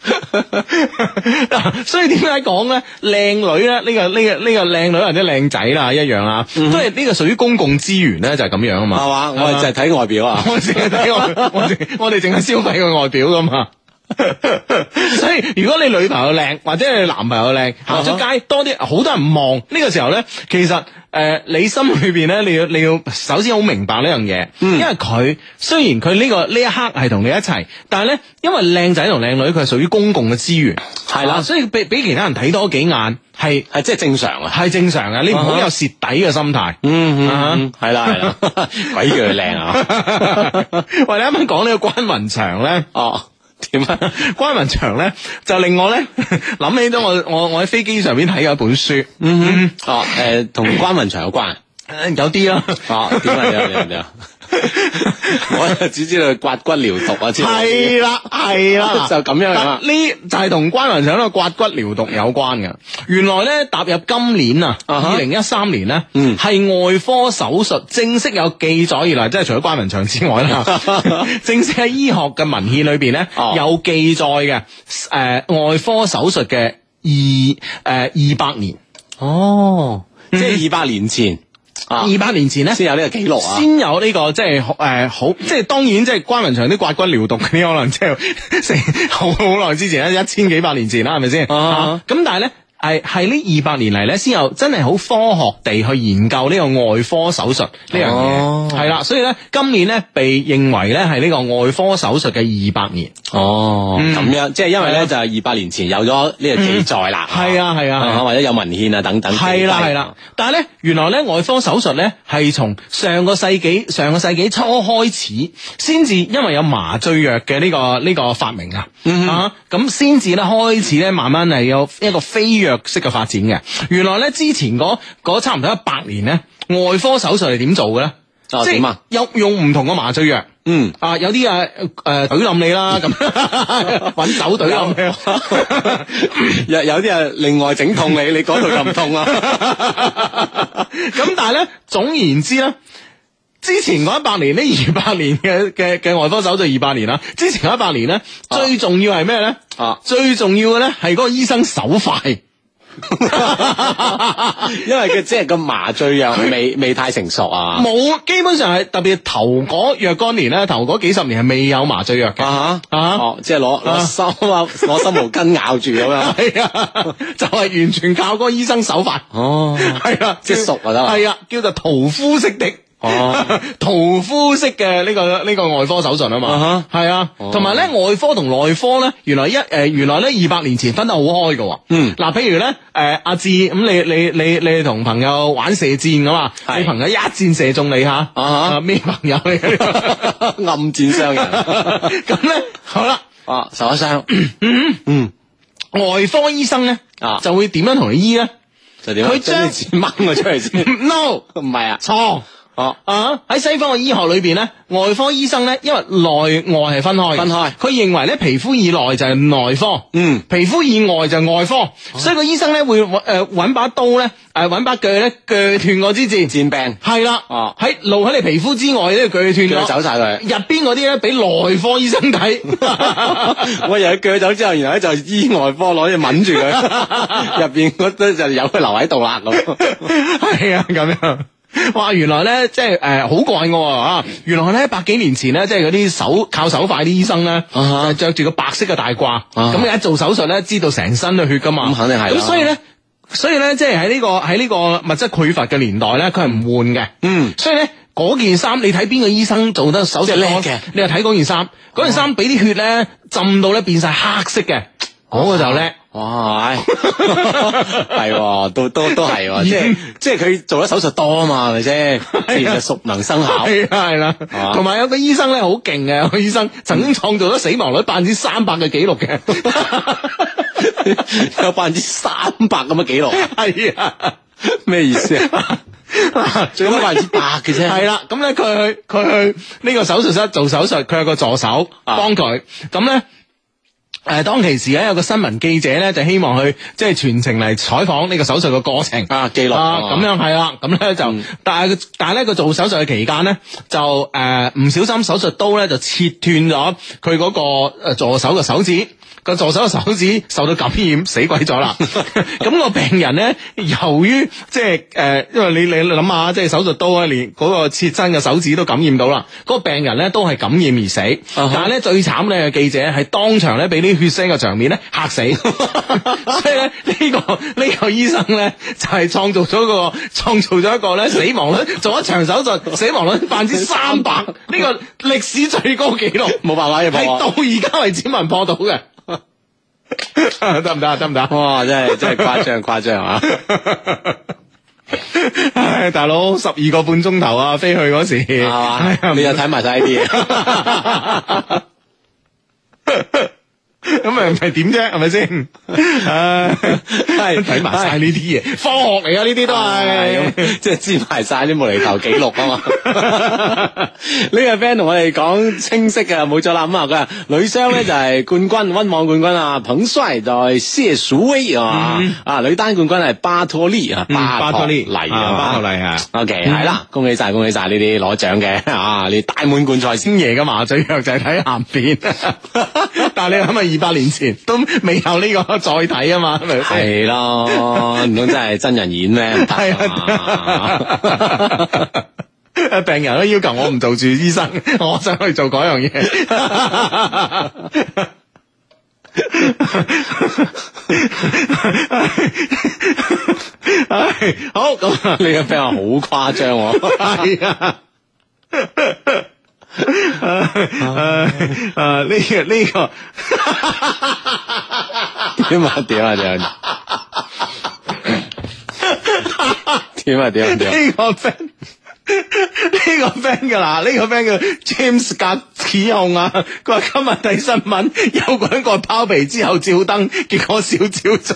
[SPEAKER 1] 嗱 所以點解講咧？靚女咧，呢、個呢、個呢、個靚女或者靚仔啦，一樣啊，都係呢個屬於公共資源咧，就係、咁樣啊嘛，
[SPEAKER 3] 係嘛？我哋就係睇外 表啊。
[SPEAKER 1] 我淨係睇我，我淨我哋淨係消費佢外表噶嘛。 所以如果你女朋友靚，或者你男朋友靚，行出
[SPEAKER 3] 啊
[SPEAKER 1] 街多啲，好多人望呢、個時候咧，其實誒、呃你心裏邊咧，你要你要首先好明白呢樣嘢，因
[SPEAKER 3] 嗯
[SPEAKER 1] 為佢雖然佢呢、個呢一刻係同你一齊，但係咧，因為靚仔同靚女佢係屬於公共嘅資源，
[SPEAKER 3] 係啦
[SPEAKER 1] 啊所以俾俾其他人睇多幾眼係
[SPEAKER 3] 係即係正常啊。
[SPEAKER 1] 係正常嘅，你唔好有蝕底嘅心態。
[SPEAKER 3] 嗯
[SPEAKER 1] 嗯，
[SPEAKER 3] 係啦係啦， 鬼叫佢靚啊！
[SPEAKER 1] 喂，你啱啱講呢個關雲長咧。
[SPEAKER 3] 哦，點啊？
[SPEAKER 1] 關文祥咧，就令我咧 諗起咗我我我喺飛機上面睇嘅一本書，
[SPEAKER 3] 嗯哼，哦，誒，同關雲長有關。啊
[SPEAKER 1] 呃有啲啦。
[SPEAKER 3] 哦，點啊？點 啊？點啊點啊？ 我就只知道佢刮骨療毒啊，知道
[SPEAKER 1] 係啦，係啦，
[SPEAKER 3] 就咁樣啊啦
[SPEAKER 1] 嗱呢就係同關雲長呢個刮骨療毒有關嘅。原來咧，踏入今年啊，
[SPEAKER 3] 啊哈
[SPEAKER 1] 二零一三年咧，
[SPEAKER 3] 嗯
[SPEAKER 1] 係外科手術正式有記載以來，即係除咗關雲長之外 啦， 正式喺醫學嘅文獻裏邊咧
[SPEAKER 3] 哦
[SPEAKER 1] 有記載嘅，誒、外科手術嘅二誒二百年。
[SPEAKER 3] 哦，即係二百年前啊
[SPEAKER 1] 二百年前咧
[SPEAKER 3] 先有呢個記錄啊。
[SPEAKER 1] 先有呢、個即係誒好，即係當然即係關雲長啲刮骨療毒嗰啲，可能即係 成好好耐之前啦，一千幾百年前啦，係咪先？
[SPEAKER 3] 啊
[SPEAKER 1] 啊咁但係咧。係係呢二百年嚟咧，先有真係好科學地去研究呢個外科手術呢樣
[SPEAKER 3] 哦
[SPEAKER 1] 嘢，係啦、所以咧今年咧被認為咧係呢個外科手術嘅二百年，
[SPEAKER 3] 哦，
[SPEAKER 1] 嗯
[SPEAKER 3] 咁樣即係因為
[SPEAKER 1] 係
[SPEAKER 3] 咧
[SPEAKER 1] 啊
[SPEAKER 3] 就係二百年前有咗呢個記載啦。
[SPEAKER 1] 係啊係啊係啊
[SPEAKER 3] 啊或者有文獻啊等等。
[SPEAKER 1] 係啦係啦，但係咧，原來咧外科手術咧係從上個世紀上個世紀初開始，先至因為有麻醉藥嘅呢個呢個發明啊，
[SPEAKER 3] 嗯
[SPEAKER 1] 啊咁先至咧開始咧慢慢係有一個非藥式嘅發展嘅。原來咧之前嗰嗰差唔多一百年咧，外科手術係點做嘅咧？
[SPEAKER 3] 哦
[SPEAKER 1] 即係
[SPEAKER 3] 點啊
[SPEAKER 1] 有用唔同嘅麻醉藥。
[SPEAKER 3] 嗯，
[SPEAKER 1] 啊，有啲啊誒懟冧你啦，咁揾手懟冧 你啦。
[SPEAKER 3] 有有啲啊另外整痛你，你嗰度就唔痛啊。
[SPEAKER 1] 咁但係咧，總言之咧，之前嗰一百年呢，二百年嘅嘅嘅外科手術二百年啦，啊之前嗰一百年咧，
[SPEAKER 3] 啊
[SPEAKER 1] 最重要係咩咧？
[SPEAKER 3] 啊
[SPEAKER 1] 最重要嘅咧係嗰個醫生手快。
[SPEAKER 3] 因為佢即係個麻醉藥未未太成熟啊。
[SPEAKER 1] 冇，基本上係特別頭嗰若干年咧，頭嗰幾十年係未有麻醉藥嘅。
[SPEAKER 3] 啊哈
[SPEAKER 1] 啊
[SPEAKER 3] 哦，即係攞攞
[SPEAKER 1] 啊
[SPEAKER 3] 心啊，攞心毛巾咬住咁 樣。
[SPEAKER 1] 係啊，就係、完全靠嗰個醫生手法。
[SPEAKER 3] 哦，
[SPEAKER 1] 係啦，
[SPEAKER 3] 即係熟啊得啦
[SPEAKER 1] 係啊，叫做屠夫式的。
[SPEAKER 3] 哦，
[SPEAKER 1] 屠夫式嘅呢個呢個外科手術啊嘛，係啊，
[SPEAKER 3] 哦
[SPEAKER 1] 同埋咧外科同內科咧，原來一誒原來咧二百年前分得好開嘅喎。
[SPEAKER 3] 嗯
[SPEAKER 1] 嗱，譬如咧誒阿志咁，你你你你同朋友玩射箭噶嘛，
[SPEAKER 3] 係
[SPEAKER 1] 你朋友一箭射中你吓，
[SPEAKER 3] 哈
[SPEAKER 1] 啊咩朋友嚟嘅？啊
[SPEAKER 3] 暗箭傷人
[SPEAKER 1] 咁咧好啦，
[SPEAKER 3] 啊，受咗傷
[SPEAKER 1] 外科醫生咧
[SPEAKER 3] 啊
[SPEAKER 1] 就會點樣同你醫咧
[SPEAKER 3] 就點啊？
[SPEAKER 1] 佢將
[SPEAKER 3] 將支箭掹咗出 嚟先，
[SPEAKER 1] ？No，
[SPEAKER 3] 唔係啊？
[SPEAKER 1] 錯。
[SPEAKER 3] 哦，
[SPEAKER 1] 啊！喺西方嘅醫學裏邊咧，外科醫生咧，因為內外係分開嘅，
[SPEAKER 3] 分開
[SPEAKER 1] 佢認為咧，皮膚以內就係內科，
[SPEAKER 3] 嗯，哦
[SPEAKER 1] 皮膚以外就係外科，所以個醫生咧會誒揾把刀咧，誒揾把鋸咧鋸斷我支箭，
[SPEAKER 3] 箭病
[SPEAKER 1] 係啦，
[SPEAKER 3] 哦
[SPEAKER 1] 喺露喺你皮膚之外咧鋸斷
[SPEAKER 3] 鋸
[SPEAKER 1] 咗，
[SPEAKER 3] 走晒 佢。
[SPEAKER 1] 入邊嗰啲咧俾內科醫生 睇，
[SPEAKER 3] 我又鋸走之後，然後咧就醫外科攞嘢抿住佢， 入邊嗰堆就有佢留喺度啦咁。
[SPEAKER 1] 係啊，咁樣。哇！原來咧，即係誒，好過癮嘅喎啊！原來咧，百幾年前咧，即係嗰啲手靠手快啲醫生咧，就
[SPEAKER 3] 啊哈啊
[SPEAKER 1] 係着住個白色嘅大褂，
[SPEAKER 3] 哈
[SPEAKER 1] 咁你一做手術咧，知道成身都血噶嘛，
[SPEAKER 3] 咁肯定係啦
[SPEAKER 1] 咁所以咧，所以咧，即係喺呢個喺呢個物質匱乏嘅年代咧，佢係唔換嘅。
[SPEAKER 3] 嗯，
[SPEAKER 1] 所以咧。嗰件衫你睇邊個醫生做得手術
[SPEAKER 3] 即係叻
[SPEAKER 1] 多
[SPEAKER 3] 嘅
[SPEAKER 1] 你又睇嗰件衫，嗰件衫俾啲血咧浸到咧變晒黑色嘅，嗰個就叻。
[SPEAKER 3] 哇，係哦 係喎，都都都係 喎，即係即係佢做咗手術多啊 嘛，係啊咪先？自然就熟能生巧。
[SPEAKER 1] 系啦系啦
[SPEAKER 3] 嘛，
[SPEAKER 1] 同埋有個醫生咧好勁嘅， 有個醫生曾經創造咗死亡率百分之三百嘅紀錄嘅，
[SPEAKER 3] 有百分之三百咁嘅記錄，
[SPEAKER 1] 係 啊。
[SPEAKER 3] 咩意思啊？ 最多百分之百嘅啫。
[SPEAKER 1] 係啦，咁咧佢去佢去呢個手術室做手術，佢有個助手
[SPEAKER 3] 啊
[SPEAKER 1] 幫佢，咁咧。誒、當其時咧，有個新聞記者咧，就希望去即係全程嚟採訪呢個手術嘅過程
[SPEAKER 3] 啊記錄
[SPEAKER 1] 啊，
[SPEAKER 3] 啊
[SPEAKER 1] 咁樣係啦，咁咧就，但係佢但係咧，佢做手術嘅期間咧，就誒唔、小心手術刀咧就切斷咗佢嗰個誒助手嘅手指，個助手嘅手指受到感染死鬼咗啦。咁個病人咧，由於即係誒、因為你你諗下，即係手術刀啊，連嗰個切親嘅手指都感染到啦，嗰、個病人咧都係感染而死，
[SPEAKER 3] 哈
[SPEAKER 1] 但係咧最慘咧，記者係當場咧俾啲血腥嘅場面咧嚇 死，所以咧呢、個呢、個醫生咧就係、創造咗個創造咗一個咧死亡率做一場手術死亡率百分之三百呢個歷史最高紀錄，
[SPEAKER 3] 冇辦法嘅，
[SPEAKER 1] 係
[SPEAKER 3] 破
[SPEAKER 1] 到而家為止冇人破到嘅， 得唔得啊？得唔得啊？
[SPEAKER 3] 哇！真係真係誇張誇張啊！
[SPEAKER 1] 唉，大佬十二個半鐘頭啊，飛去嗰時
[SPEAKER 3] 係啊
[SPEAKER 1] 唉
[SPEAKER 3] 嘛？
[SPEAKER 1] 唔
[SPEAKER 3] 你又睇埋晒呢啲嘢，
[SPEAKER 1] 咁咪唔係點啫？係咪先？唉，
[SPEAKER 3] 係
[SPEAKER 1] 睇埋晒呢啲嘢，科學嚟啊！呢啲都
[SPEAKER 3] 係
[SPEAKER 1] 係。
[SPEAKER 3] 咁，即係知埋晒啲無厘頭記錄啊嘛。 呢個 friend 同我哋講清晰嘅，冇錯啦。咁啊，佢話女雙咧就係冠軍，温網冠軍啊，彭帥對謝淑薇啊，啊女單冠軍係巴托利啊，
[SPEAKER 1] 嗯巴托利
[SPEAKER 3] 嚟
[SPEAKER 1] 啊
[SPEAKER 3] 啊，
[SPEAKER 1] 巴托利啊
[SPEAKER 3] O K，係啦，恭喜晒，恭喜晒呢啲攞獎嘅 啊，你大滿貫賽事。
[SPEAKER 1] 星爺嘅麻醉藥就係睇鹹片，但係你諗下二百年年前都未有呢個載體啊嘛，係咪先？
[SPEAKER 3] 係咯，唔通真係真人演咩？唔得
[SPEAKER 1] 係
[SPEAKER 3] 啊嘛，
[SPEAKER 1] 啊。病人都要求我唔做住醫生，我想去做嗰樣嘢。唉好咁啊
[SPEAKER 3] 呢個 friend 話好誇張喎。
[SPEAKER 1] 係啊。誒誒，呢個呢個
[SPEAKER 3] 點啊點啊點啊！點啊點啊點啊！
[SPEAKER 1] 呢個 friend，呢個 friend 噶啦，呢個 friend 叫 James 格起控啊，佢話今日睇新聞，有個人割包皮之後照燈，結果少照咗。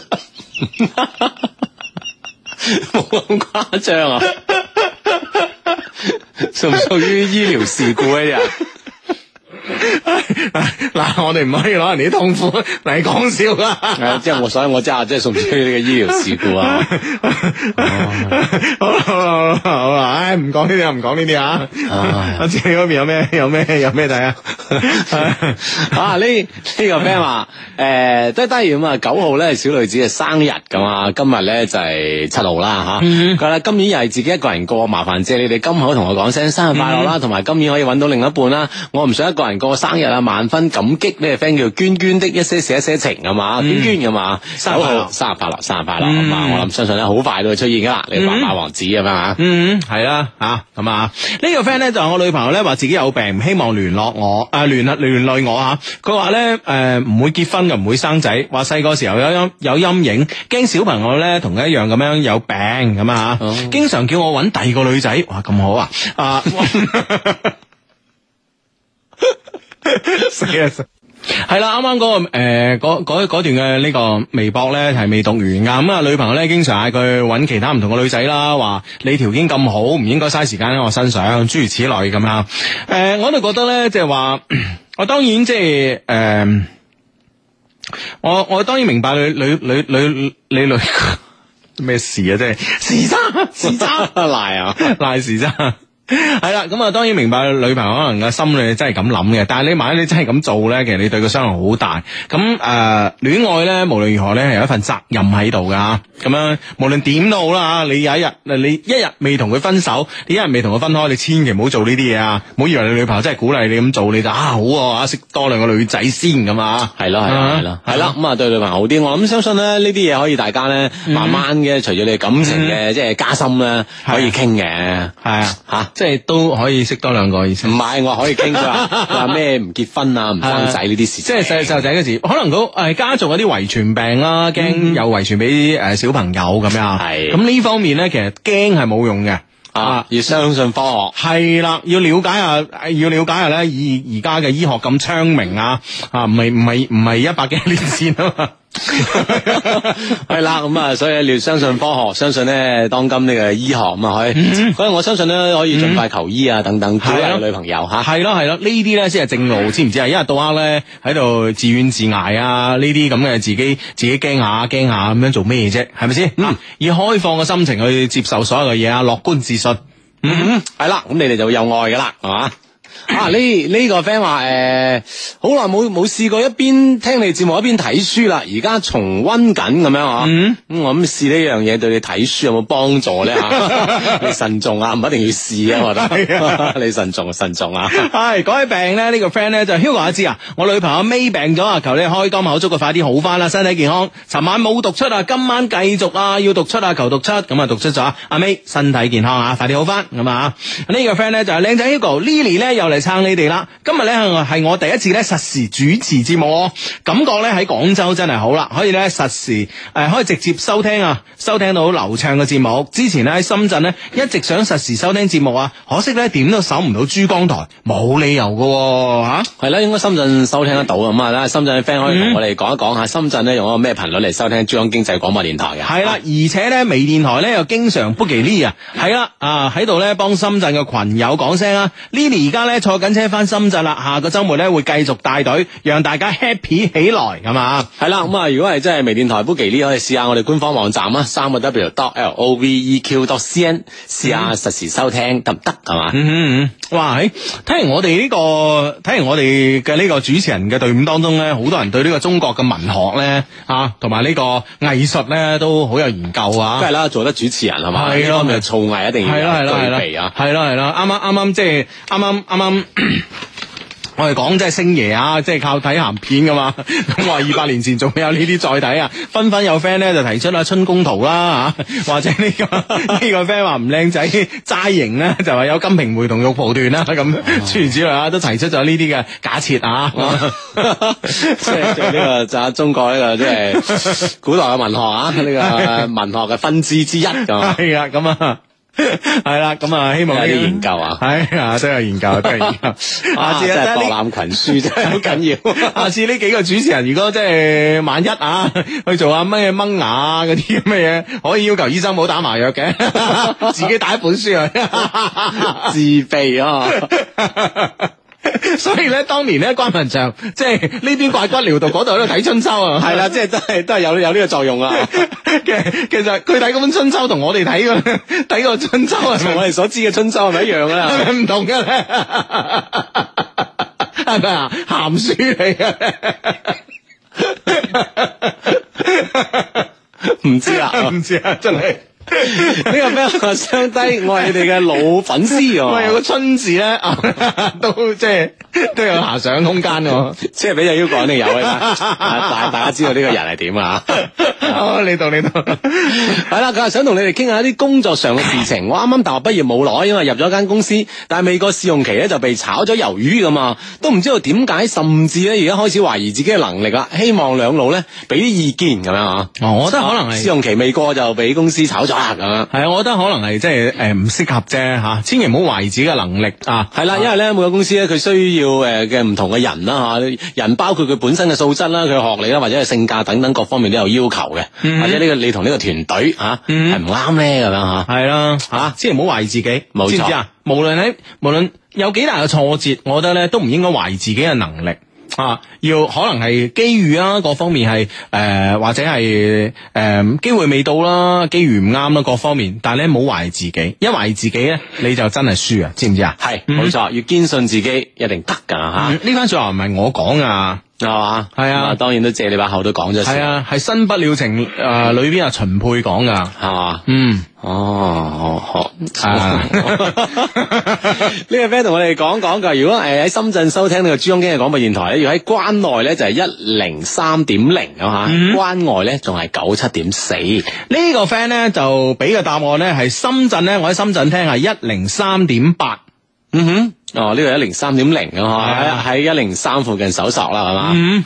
[SPEAKER 3] 冇咁誇張啊！屬唔屬於醫療事故啊咧？
[SPEAKER 1] 嗱，我哋唔可以攞人哋啲痛苦嚟講笑啦。
[SPEAKER 3] 係啊，即係我，所以我真係即係屬唔屬於呢個醫療事故啊？
[SPEAKER 1] 好啦好啦好啦好啦，唉，唔講呢啲啊，唔講呢啲啊
[SPEAKER 3] 唉。
[SPEAKER 1] 阿姐嗰邊有咩有咩有咩睇啊？
[SPEAKER 3] 啊！呢呢個 friend 話誒，都當然咁啊，九號咧小女子嘅生日咁啊，今日咧就係七號啦
[SPEAKER 1] 嗯
[SPEAKER 3] 吓。佢話咧今年又係自己一個人過，麻煩借你哋今口同我講聲生日快
[SPEAKER 1] 嗯
[SPEAKER 3] 樂啦，同埋今年可以揾到另一半啦。我唔想一個人過生日啊，萬分感激呢個 friend 叫娟娟的一些事一些情啊嘛，娟娟㗎嘛，
[SPEAKER 1] 嗯生日快樂嗯
[SPEAKER 3] 九號生日快樂，生日快樂咁啊！我諗相信咧好快都會出現噶啦，你白馬王子咁啊
[SPEAKER 1] 嗯，系啦，吓咁啊，呢、個 friend 咧就係我女朋友咧話自己有病，唔希望聯絡我，啊聯啊聯累我啊，佢話咧诶唔會結婚嘅，唔會生仔，話細個時候有陰有陰影，驚小朋友咧同佢一樣咁樣有病咁啊，經常叫我揾第二個女仔，哇咁好啊，啊死啊死！系啦，啱啱嗰個诶嗰嗰嗰段嘅呢個微博咧係未讀完噶，咁啊女朋友咧經常嗌佢揾其他唔同嘅女仔啦，話你條件咁好，唔應該嘥時間啊喺我身上，諸如此類咁啦。诶、我都覺得咧，即係話， 我當然即係诶。誒我我當然明白你女女女女你女 咩事啊，真係時差時差
[SPEAKER 3] 嘛， 賴啊！
[SPEAKER 1] 賴事啫。系啦，咁啊，當然明白女朋友可能嘅心裏真係咁諗嘅，但係你萬一你真係咁做咧，其實你對佢傷害好大。咁誒，戀愛咧，無論如何咧，係有一份責任喺度噶。咁樣無論點都好啦，你有一日，你一日未同佢分手，你一日未同佢分開，你千祈唔好做呢啲嘢啊！唔好以為你女朋友真係鼓勵你咁做，你就啊好啊，識多兩個女仔先咁啊。
[SPEAKER 3] 係咯係
[SPEAKER 1] 啊
[SPEAKER 3] 咯係咯係啦，咁啊對女朋友好啲，我諗相信咧呢啲嘢可以大家咧
[SPEAKER 1] 嗯
[SPEAKER 3] 慢慢嘅，隨住你感情嘅即係加深咧，
[SPEAKER 1] 啊
[SPEAKER 3] 可以傾嘅。
[SPEAKER 1] 係啊，
[SPEAKER 3] 吓
[SPEAKER 1] 即係都可以識多兩個意思
[SPEAKER 3] 唔。係我可以傾 佢話話咩唔結婚啊唔生仔呢啲事，
[SPEAKER 1] 即係細細路仔嗰時，可能嗰誒家族嗰啲遺傳病啦，驚有遺傳俾誒小朋友咁樣。
[SPEAKER 3] 係
[SPEAKER 1] 咁呢方面咧，其實驚係冇用嘅。
[SPEAKER 3] 啊要相信科學。
[SPEAKER 1] 係啦，要了解下，要了解下咧，而而家嘅醫學咁昌明啊，啊，唔係唔係唔係一百幾年前啊 嘛。
[SPEAKER 3] 係啦，咁啊，所以你要相信科學，相信咧當今呢個醫學咁啊，可以，所以我相信咧可以盡快求醫啊，等等，鼓
[SPEAKER 1] 嗯係
[SPEAKER 3] 勵
[SPEAKER 1] 啊
[SPEAKER 3] 女朋友吓。
[SPEAKER 1] 係咯係咯，呢啲咧先係正路，知唔知啊？一日到黑咧喺度自怨自艾啊，呢啲咁嘅自己自己驚下驚下咁樣做咩啫？係咪先？啊以開放嘅心情去接受所有嘅嘢啊，樂觀自信。
[SPEAKER 3] 係啦，咁你哋就會有愛噶啦，係嘛？啊！呢呢、個 friend 話誒，好耐冇冇試過一邊聽你節目一邊睇書啦，而家重温緊咁樣啊。
[SPEAKER 1] 嗯
[SPEAKER 3] 咁、我諗試呢樣嘢對你睇書有冇幫助咧？ 嚇你慎重啊， 唔一定要試啊，我覺得。 你慎重慎重啊！
[SPEAKER 1] 系講起病咧，呢、個 friend 咧就 Hugo 阿芝啊，我女朋友 May 病咗啊，求你開金口祝佢快啲好翻啦，身體健康。尋晚冇讀出啊，今晚繼續啊，要讀出啊，求讀出，咁啊讀出咗啊，阿 May 身體健康啊，快啲好翻咁啊。呢、個 friend 咧就係靚仔 Hugo Lily 咧又嚟撐你哋啦，今日咧係我第一次咧實時主持節目哦，感覺咧喺廣州真係好啦，可以咧實時誒、可以直接收聽啊，收聽到流暢嘅節目。之前咧喺深圳咧一直想實時收聽節目啊，可惜咧點都搜唔到珠江台，冇理由噶喎吓。
[SPEAKER 3] 係啦，應該深圳收聽得到咁啊！啦，深圳嘅 friend 可以同我哋講一講下，深圳咧用一個咩頻率嚟收聽珠江經濟廣播電台嘅？啊
[SPEAKER 1] 係啦，啊而且咧微電台咧又經常 book 呢啊，係啦啊喺度咧幫深圳嘅群友講聲啊，Lily 而家咧坐緊車翻深圳啦，下個週末咧會繼續帶隊，讓大家 happy 起來咁啊。
[SPEAKER 3] 系啦，咁啊，如果係真係微電台 b o o g i 呢，可以試下我哋官方網站啊，三
[SPEAKER 1] 嗯
[SPEAKER 3] 個 W dot L O V E Q dot C N，試下實時收聽得唔得係嘛？
[SPEAKER 1] 嗯嗯哇！喺睇嚟我哋呢、個睇嚟我哋嘅呢個主持人嘅隊伍當中咧，好多人對呢個中國嘅文學咧啊，同埋呢個藝術咧都好有研究啊。
[SPEAKER 3] 梗係啦，做得主持人係嘛，
[SPEAKER 1] 係
[SPEAKER 3] 呢
[SPEAKER 1] 咯
[SPEAKER 3] 方面嘅造詣一定要
[SPEAKER 1] 係啦係啦係
[SPEAKER 3] 有
[SPEAKER 1] 啦，
[SPEAKER 3] 具備啊。
[SPEAKER 1] 係啦係啦，啱啱啱啱即係啱啱啱啱。 我哋講即係星爺啊，即係靠睇鹹片噶嘛。 咁話二百年前仲有呢啲載體啊，紛紛有 friend 咧就提出啦春宮圖啦啊 嚇，或者呢、個呢個 friend 話唔靚仔齋型咧，就話有金瓶梅同玉蒲團啦咁，
[SPEAKER 3] 哦
[SPEAKER 1] 諸如此類啊，都提出咗呢啲嘅假設啊。
[SPEAKER 3] 哦 即係即係呢個就係中國呢個即 係古代嘅文學啊，呢個文學嘅分支之一 咁啊。
[SPEAKER 1] 係啊，咁啊。係啦，咁啊，希望呢
[SPEAKER 3] 有啲研究 啊
[SPEAKER 1] 係啊，都有研究，都有研究。下
[SPEAKER 3] 啊，
[SPEAKER 1] 次
[SPEAKER 3] 真
[SPEAKER 1] 啊
[SPEAKER 3] 係博
[SPEAKER 1] 呢
[SPEAKER 3] 覽 群書真係好緊要。
[SPEAKER 1] 下次呢幾 個主持人，如果即係萬一啊， 去做下乜嘢掹牙啊嗰啲咁嘅嘢，可以要求醫生冇打麻藥嘅， 自己帶一本書去。
[SPEAKER 3] 自備啊，
[SPEAKER 1] 所以咧，當年咧，關文祥即係呢邊刮骨療毒，嗰度喺度睇春秋啊，
[SPEAKER 3] 係啦，即係都係都係有有呢個作用啊。
[SPEAKER 1] 嘅。 其實佢睇嗰本春秋同我哋睇嘅 睇個春秋係
[SPEAKER 3] 同
[SPEAKER 1] 咪
[SPEAKER 3] 我哋所知嘅春秋係咪一樣啊㗎啦？
[SPEAKER 1] 係咪唔同嘅咧？係咪啊？鹹書嚟嘅。
[SPEAKER 3] 唔知啦。呢
[SPEAKER 1] 唔知啊，真係。
[SPEAKER 3] 個咩啊？相低，我係你哋嘅老粉絲
[SPEAKER 1] 喂，有
[SPEAKER 3] 啊
[SPEAKER 1] 個，春字咧， 啊都即係都有遐想空間喎。
[SPEAKER 3] 即係俾隻 U 講定有嘅啦。啊大大家知道呢個人係點啊？
[SPEAKER 1] 哦，你到你到，
[SPEAKER 3] 係啦，佢話想同你哋傾下一啲工作上嘅事情。我啱啱大學畢業冇耐，因為入咗間公司，但係未過試用期咧就被炒咗魷魚咁啊，都唔知道點解，甚至咧而家開始懷疑自己嘅能力啦。希望兩老咧俾啲意見咁樣啊。
[SPEAKER 1] 哦，我覺得可能
[SPEAKER 3] 試
[SPEAKER 1] 係。
[SPEAKER 3] 用期未過就俾公司炒咗啦咁樣。
[SPEAKER 1] 系啊，我覺得可能係即係诶唔適合啫吓，千祈唔好懷疑自己嘅能力啊。
[SPEAKER 3] 係啦，因為咧每個公司咧佢需要誒嘅唔同嘅人啦嚇，人包括佢本身嘅素質啦、佢學歷啦，或者係性格等等各方面都有要求嘅，
[SPEAKER 1] 嗯
[SPEAKER 3] 或者呢個你同呢個團隊嚇係唔啱咧咁樣嚇。
[SPEAKER 1] 係啦，吓，啊千祈唔好懷疑自己，
[SPEAKER 3] 冇錯
[SPEAKER 1] 知唔知啊？無論喺無論有幾大嘅挫折，我覺得咧都唔應該懷疑自己嘅能力。啊，要可能係機遇啦，各方面係誒、呃或者係誒機會未到啦，機遇唔啱啦，各方面，但係咧冇懷疑自己，一懷疑自己咧你就真係輸啊，知唔知啊？
[SPEAKER 3] 係冇錯，要堅信自己一定得㗎嚇
[SPEAKER 1] 嗯，呢番説話唔係我講啊。
[SPEAKER 3] 係嘛？
[SPEAKER 1] 係啊
[SPEAKER 3] 咁當然都借你把口都講
[SPEAKER 1] 系
[SPEAKER 3] 咗先，
[SPEAKER 1] 啊，系新不了情诶、呃里边阿秦沛講噶，
[SPEAKER 3] 係嘛？
[SPEAKER 1] 嗯
[SPEAKER 3] 哦，好好
[SPEAKER 1] 啊
[SPEAKER 3] 呢個 friend 同我哋講講㗎，如果誒喺深圳收聽呢個珠江經濟廣播電台咧，要喺關內咧就係一零三點零咁嚇，關外咧仲係九七點四。
[SPEAKER 1] 呢個 friend 咧就俾嘅答案咧係深圳咧，我喺深圳聽係一零三點八，
[SPEAKER 3] 嗯哼，哦，呢個一零三點零
[SPEAKER 1] 係
[SPEAKER 3] 啊
[SPEAKER 1] 啊，
[SPEAKER 3] 喺一零三附近搜索啦，係嘛？
[SPEAKER 1] 嗯，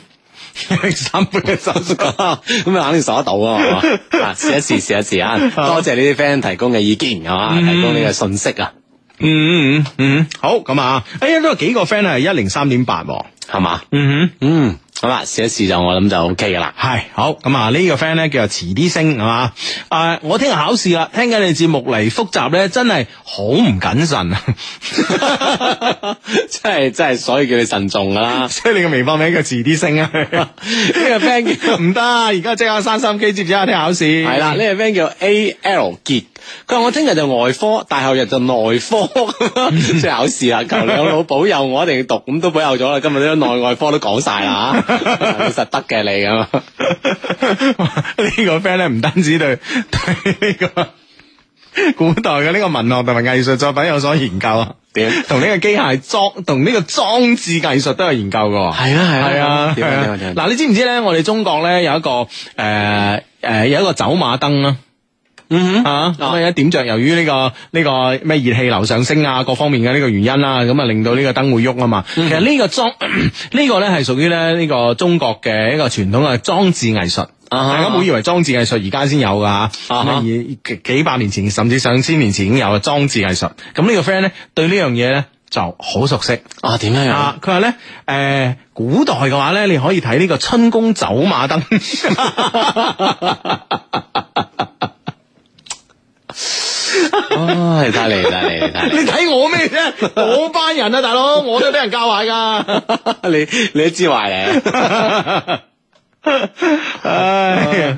[SPEAKER 1] 一零三倍嘅手術，
[SPEAKER 3] 咁啊，肯定搜得到啊，係嘛 啊試一試，試一試啊！嗯多謝呢啲 friend 提供嘅意見，係嘛？提供呢個信息啊，
[SPEAKER 1] 嗯嗯嗯嗯，好咁啊，哎呀都有幾個 friend 係一零三點八，
[SPEAKER 3] 係嘛？
[SPEAKER 1] 嗯
[SPEAKER 3] 嗯，好啦，試一試就我諗就 OK 噶啦。
[SPEAKER 1] 哼，係好咁啊，呢個 friend 咧叫做遲啲升係嘛，诶、我聽日考試啦，聽緊你節目嚟複習咧，真係好唔謹慎啊，
[SPEAKER 3] 真係真係，所以叫你慎重噶啦。
[SPEAKER 1] 所以你嘅微博名叫遲啲升啊，
[SPEAKER 3] 呢個 friend 叫
[SPEAKER 1] 唔得，啊而家即刻刪心機，接住下聽考試。
[SPEAKER 3] 係啦，，呢個 friend 叫 A L 杰，佢話我聽日就外科，大後日就內科， 即係考試啦。求兩老保佑，我一定要讀，咁都保佑咗啦。今日呢個內外科都講晒啦，你 實得嘅你咁啊。
[SPEAKER 1] 呢個 friend 咧唔單止對 對呢個古代嘅呢個文學同埋藝術作品有所研究啊，
[SPEAKER 3] 點
[SPEAKER 1] 同呢個機械裝同呢個裝置藝術都有研究嘅喎。
[SPEAKER 3] 係啊係
[SPEAKER 1] 係
[SPEAKER 3] 啊
[SPEAKER 1] 啊，
[SPEAKER 3] 點啊點啊
[SPEAKER 1] 係
[SPEAKER 3] 點啊
[SPEAKER 1] 嗱，你知唔知咧？我哋中國咧有一個誒誒、呃呃有一個走馬燈啦。
[SPEAKER 3] 嗯
[SPEAKER 1] 啊，咁啊一點着，由於呢、個呢、個咩熱氣流上升啊，各方面嘅呢個原因啦、咁啊令到呢個燈會喐啊嘛。
[SPEAKER 3] 嗯
[SPEAKER 1] 其實呢個裝 呢個咧係屬於咧呢個中國嘅一個傳統嘅裝置藝術。
[SPEAKER 3] 啊
[SPEAKER 1] 大家唔好以為裝置藝術而家先有噶嚇，
[SPEAKER 3] 啊
[SPEAKER 1] 咁啊以幾幾百年前甚至上千年前已經有嘅裝置藝術。咁呢個 friend 咧對呢樣嘢咧就好熟悉。
[SPEAKER 3] 啊點樣樣
[SPEAKER 1] 啊！佢話咧，誒、古代嘅話咧，你可以睇呢個春宮走馬燈。
[SPEAKER 3] 唉，太嚟太嚟太
[SPEAKER 1] 你睇我咩啫？我班人啊，大佬，我都俾人教壞噶。
[SPEAKER 3] 嚟，你你都知壞你。
[SPEAKER 1] 唉，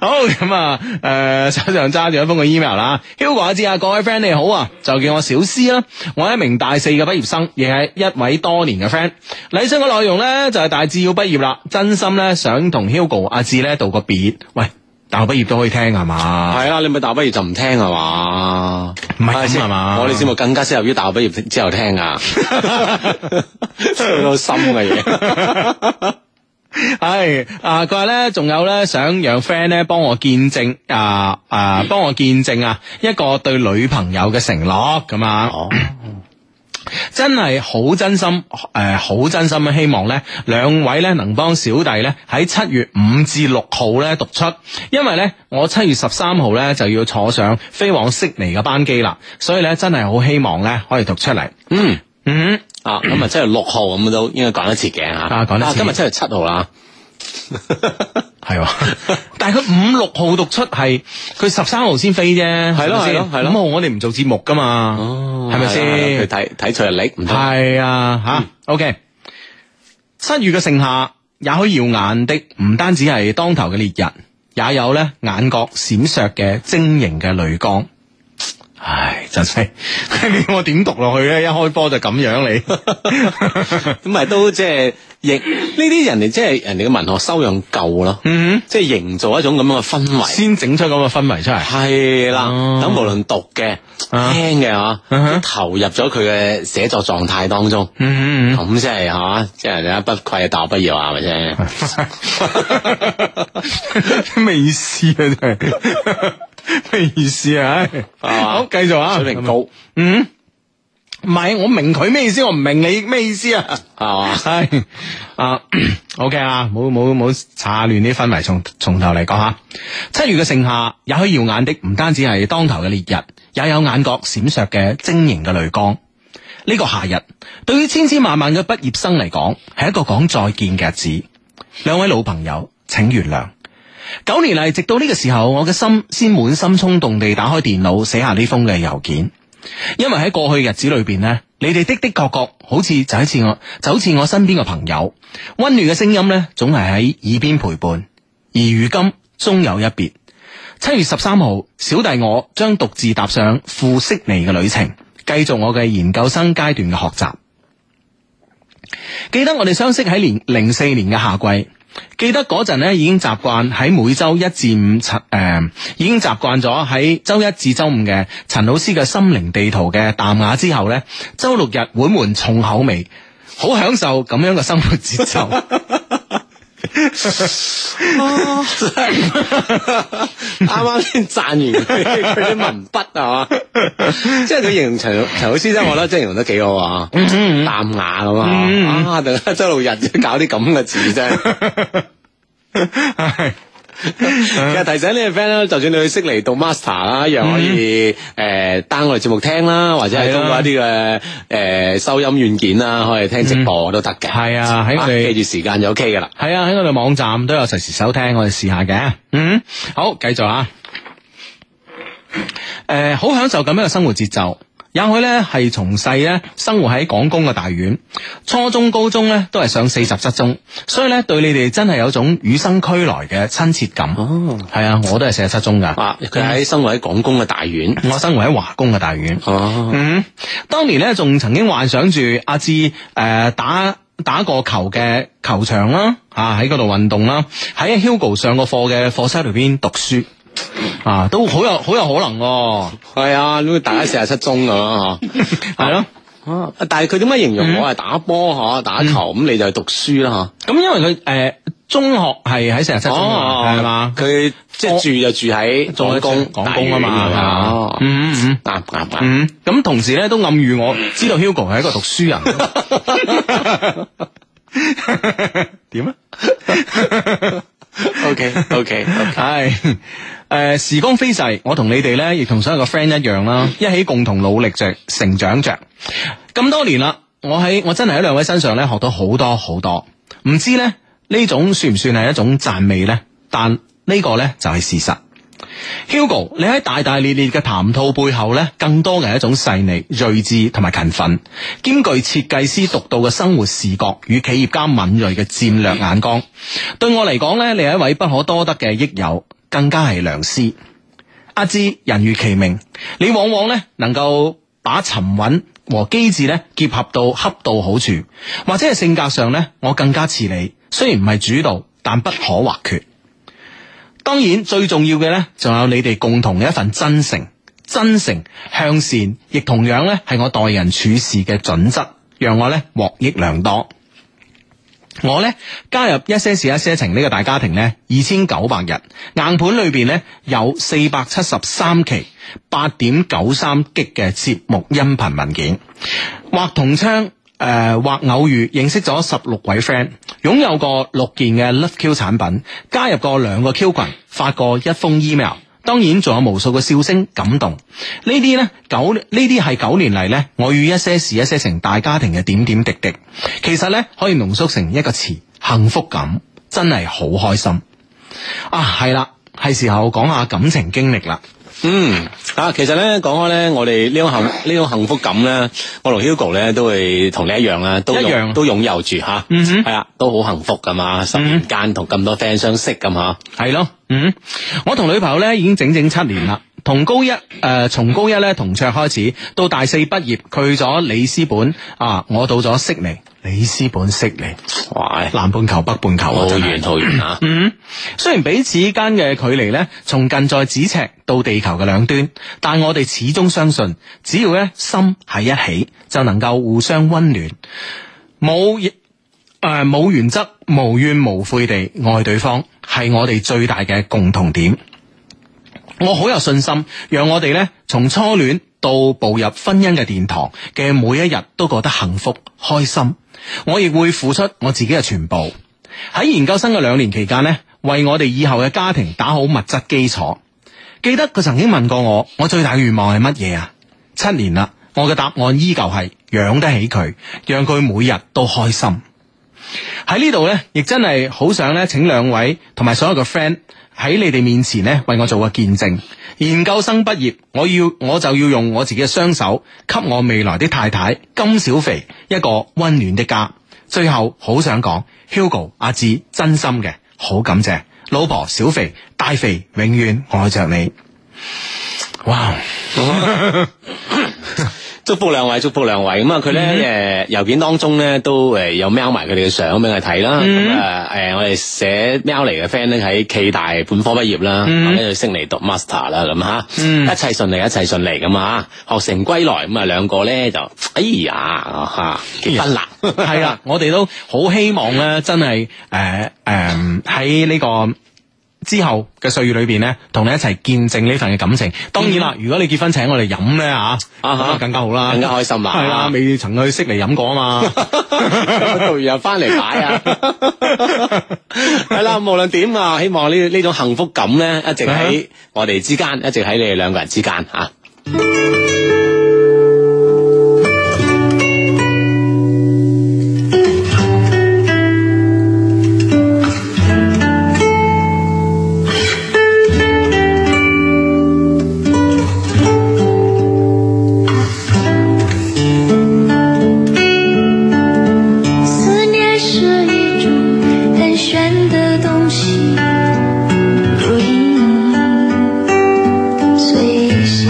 [SPEAKER 1] 好咁啊！诶、手上揸住一封嘅 email 啦，Hugo 阿志啊，各位 friend 你好啊，就叫我小思啦。我係一名大四嘅畢業生，亦係一位多年嘅 friend。禮信嘅內容咧就係大致要畢業啦，真心咧想同 Hugo 阿志咧道個別。喂，大學畢業都可以聽係嘛？
[SPEAKER 3] 係啦，啊你咪大學畢業就唔聽係嘛？
[SPEAKER 1] 唔係咁
[SPEAKER 3] 咪先
[SPEAKER 1] 係嘛
[SPEAKER 3] 我哋節目更加適合於大學畢業之後聽啊， 去到深嘅嘢。
[SPEAKER 1] 系啊，佢話咧，仲有咧，想讓 friend 咧幫我見證啊啊，幫我見證啊一個對女朋友嘅承諾咁啊。
[SPEAKER 3] 哦，
[SPEAKER 1] 真係好真心，诶、好真心咁希望咧，兩位咧能幫小弟咧喺七月五至六號咧讀出，因為咧我七月十三號咧就要坐上飛往悉尼嘅班機啦，所以咧真係好希望咧可以讀出嚟。
[SPEAKER 3] 嗯。
[SPEAKER 1] 嗯
[SPEAKER 3] 啊，咁啊，即係六號咁都應該講得切嘅嚇。
[SPEAKER 1] 啊講得切
[SPEAKER 3] 今日七月七號啦，
[SPEAKER 1] 哼，係喎， 但係佢五六號讀出係佢十三號先飛啫，係
[SPEAKER 3] 咯
[SPEAKER 1] 咪先
[SPEAKER 3] 係咯係咯
[SPEAKER 1] 五號我哋唔做節目噶嘛，哦係咪
[SPEAKER 3] 哦係啦啊
[SPEAKER 1] 先
[SPEAKER 3] 佢？睇睇出日曆唔得。嗯
[SPEAKER 1] 系啊，吓、o k 七月嘅盛夏，也許耀眼的唔單止係當頭嘅烈日，也有咧眼角閃爍嘅晶瑩嘅淚光。 唉，真係 你我點讀落去咧？一開波就咁樣 你，
[SPEAKER 3] 咁咪都即係亦呢啲人哋即係人哋嘅文學修養夠咯，
[SPEAKER 1] 嗯，
[SPEAKER 3] 即係營造一種咁樣嘅氛圍。
[SPEAKER 1] 先整出咁嘅氛圍出嚟。
[SPEAKER 3] 係啦，
[SPEAKER 1] 哦
[SPEAKER 3] 等無論讀嘅、
[SPEAKER 1] 啊
[SPEAKER 3] 聽嘅嚇，
[SPEAKER 1] 嗯哼
[SPEAKER 3] 都投入咗佢嘅寫作狀態當中，
[SPEAKER 1] 嗯嗯
[SPEAKER 3] 咁先係嚇，即係人家不愧係大學畢業啊，係咪先？
[SPEAKER 1] 嗯， 咩意思啊？真係 咩意思啊？唉
[SPEAKER 3] 係嘛
[SPEAKER 1] 好，繼續啊，
[SPEAKER 3] 水平高
[SPEAKER 1] 嗯，唔系，我明佢咩意思，我唔明你咩意思啊？
[SPEAKER 3] 係嘛？
[SPEAKER 1] 系啊 ，OK 啊，冇冇冇岔乱啲氛围，從從頭嚟講吓。七月嘅盛夏，也許耀眼的唔單止係當頭嘅烈日，也有眼角閃爍嘅晶瑩嘅淚光。呢、個夏日，對於千千萬萬嘅畢業生嚟講，係一個講再見嘅日子。兩位老朋友，請原諒。九年嚟，直到呢個時候，我嘅心先滿心衝動地打開電腦，寫下呢封嘅郵件。因為喺過去嘅日子裏邊呢，你哋的的確確好似就好似我就好似我身邊嘅朋友，温暖嘅聲音呢，總係喺耳邊陪伴。而如今終有一別。七月十三號，小弟我將獨自踏上赴悉尼嘅旅程，繼續我嘅研究生階段嘅學習。記得我哋相識喺年零四年嘅夏季，記得嗰陣呢已經習慣喺每周一至五陳誒、已經習慣咗喺周一至周五嘅陳老師嘅心靈地圖嘅淡雅之後呢，周六日碗換重口味，好享受咁樣嘅生活節奏。
[SPEAKER 3] 啱啱先讚 完佢佢啲文筆啊，即係佢形容陳陳老師真係，我覺得真係形容得幾好啊，
[SPEAKER 1] 嗯
[SPEAKER 3] 淡雅咁啊，啊，突然間周六日搞啲咁嘅字真
[SPEAKER 1] 嗯
[SPEAKER 3] 係。其
[SPEAKER 1] 嗯
[SPEAKER 3] 實提醒呢個 friend 咧，就算你去悉尼讀 master 啦，一樣可以
[SPEAKER 1] 嗯
[SPEAKER 3] 誒 down 我哋節目聽啦，或
[SPEAKER 1] 啊
[SPEAKER 3] 者係通過一啲嘅誒收音軟件啦，可以聽直播都得嘅。
[SPEAKER 1] 係啊喺我哋
[SPEAKER 3] 記住時間就 OK 噶啦。
[SPEAKER 1] 系啊，喺我哋網站都有實時收聽，我哋試下嘅。嗯，好，繼續啊。诶、好享受咁樣嘅生活節奏。也許咧係從細咧生活喺廣工嘅大院，初中、高中咧都係上四十七中，所以咧對你哋真係有種與生俱來嘅親切感。
[SPEAKER 3] 哦，
[SPEAKER 1] 係啊，我都係四十七中噶，
[SPEAKER 3] 啊，佢喺生活喺廣工嘅大院。
[SPEAKER 1] 我生活喺華工嘅大院。
[SPEAKER 3] 哦，
[SPEAKER 1] 嗯，當年咧仲曾經幻想住阿志誒、呃打打過球嘅球場啦，啊喺嗰度運動啦，喺 Hugo 上過課嘅課室裏邊讀書。啊，都好有好有可能喎、
[SPEAKER 3] 係啊，咁大家四十七中咁啊，嗬。
[SPEAKER 1] 係咯。
[SPEAKER 3] 啊！但係佢點解形容我係打波嗬，打球咁你就係讀書啦
[SPEAKER 1] 咁因為佢誒、呃中學係喺成日七
[SPEAKER 3] 嗬？
[SPEAKER 1] 中啊係嘛？
[SPEAKER 3] 哦佢即係住就住喺
[SPEAKER 1] 仲喺
[SPEAKER 3] 廣工，
[SPEAKER 1] 廣工啊嘛，係嘛
[SPEAKER 3] 哦，
[SPEAKER 1] 嗯嗯嗯。
[SPEAKER 3] 啱啱啱。
[SPEAKER 1] 嗯，咁同時咧都暗喻我知道 Hugo 係一個讀書人。 點啊？
[SPEAKER 3] O K O K，
[SPEAKER 1] 系诶、誒时光飞逝，我同你哋咧，亦同所有嘅 friend 一樣啦，一起共同努力着，成長着。咁多年啦，我喺我真係喺兩位身上咧學到好多好多。唔知咧呢種算唔算係一種讚美咧？但呢個咧就係事實。 Hugo，你喺大大咧咧嘅談吐背後咧，更多嘅係一種細膩、睿智同埋勤奮，兼具設計師獨到嘅生活視覺與企業家敏鋭嘅戰略眼光。對我嚟講咧，你係一位不可多得嘅益友，更加係良師。阿芝人如其名，你往往咧能夠把沉穩和機智咧結合到恰到好處，或者係性格上咧，我更加似你。雖然唔係主導，但不可或缺。當然最重要嘅呢，仲有你哋共同嘅一份真誠，真誠向善，亦同樣呢係我待人處事嘅準則，讓我呢獲益良多。我呢，加入一些事一些情呢個大家庭呢，二千九百人，硬盤裏邊呢，有四百七十三期八點九三 G 嘅節目音頻文件，或同窗。誒、或偶遇認識咗十六位 friend，擁有過六件嘅 Love Q 產品，加入過兩個 Q 群，發過一封 email，當然仲有無數嘅笑聲感動。呢啲呢，九呢啲係九年嚟呢，我與一些事一些情大家庭嘅點點滴滴，其實呢，可以濃縮成一個詞：幸福感，真係好開心啊！係啦，係時候講下感情經歷啦。
[SPEAKER 3] 嗯，啊，其實咧講開咧，我哋呢種幸呢種幸福感咧，我同 Hugo 咧都會同你一樣啊啦，都
[SPEAKER 1] 一
[SPEAKER 3] 擁
[SPEAKER 1] 樣
[SPEAKER 3] 都擁有住吓，
[SPEAKER 1] 嗯哼
[SPEAKER 3] 係啊，都好幸福噶嘛，十年間同咁多 friend 相識咁吓，
[SPEAKER 1] 系咯，嗯，我同女朋友咧已經整整七年啦。同高一誒、呃從高一咧同桌開始，到大四畢業，佢去咗里斯本啊，我到咗悉尼。里斯本、悉尼，
[SPEAKER 3] 哇，
[SPEAKER 1] 南半球、北半球
[SPEAKER 3] 好
[SPEAKER 1] 啊，真係
[SPEAKER 3] 遠好遠啊！
[SPEAKER 1] 嗯，雖然彼此間嘅距離呢，從近在咫尺到地球嘅兩端，但我哋始終相信，只要呢心喺一起，就能夠互相温暖，冇誒冇原則、無怨無悔地愛對方，係我哋最大嘅共同點。我好有信心，讓我哋呢從初戀到步入婚姻嘅殿堂嘅每一日都覺得幸福開心。我亦會付出我自己嘅全部。喺研究生嘅兩年期間呢，為我哋以後嘅家庭打好物質基礎。記得佢曾經問過我，我最大嘅願望係乜嘢啊？七年啦，我嘅答案依舊係養得起佢，讓佢每日都開心。喺呢度呢，亦真係好想呢，請兩位同埋所有嘅 friend 喺你哋面前呢，為我做個見證。研究生畢業，我要我就要用我自己嘅雙手，給我未來的太太金小肥一個温暖的家。最後好想講，Hugo 阿志真心嘅好感謝老婆小肥大肥，永遠愛着你。哇！
[SPEAKER 3] 祝福兩位，祝福兩位。咁啊，佢
[SPEAKER 1] 嗯
[SPEAKER 3] 咧誒郵件當中咧都誒有瞄埋佢哋嘅相俾我哋睇啦。
[SPEAKER 1] 嗯
[SPEAKER 3] 咁啊誒，我哋寫瞄嚟嘅 friend 咧喺暨大本科畢業啦，
[SPEAKER 1] 嗯
[SPEAKER 3] 咁咧就悉尼讀 master 啦，咁嚇，一切順利，一切順利咁啊，學成歸來咁啊，兩個咧就哎呀嚇結婚啦，
[SPEAKER 1] 係啊啦，我哋都好希望咧，真係誒誒喺呢個。之後嘅歲月裏邊咧，同你一齊見證呢份嘅感情。當然啦，如果你結婚請我哋飲咧嚇，
[SPEAKER 3] 嗯啊哈
[SPEAKER 1] 咁更加好啦，
[SPEAKER 3] 更加開心啦
[SPEAKER 1] 係啦，未曾去悉尼飲過啊 嘛。
[SPEAKER 3] 讀完 又翻嚟擺啊，係啦，無論點啊，希望呢呢種幸福感咧，一直
[SPEAKER 1] 嗯
[SPEAKER 3] 喺我哋之間，一直喺你哋兩個人之間啊嚇。
[SPEAKER 2] 思念是一种很玄的东西，如影随形。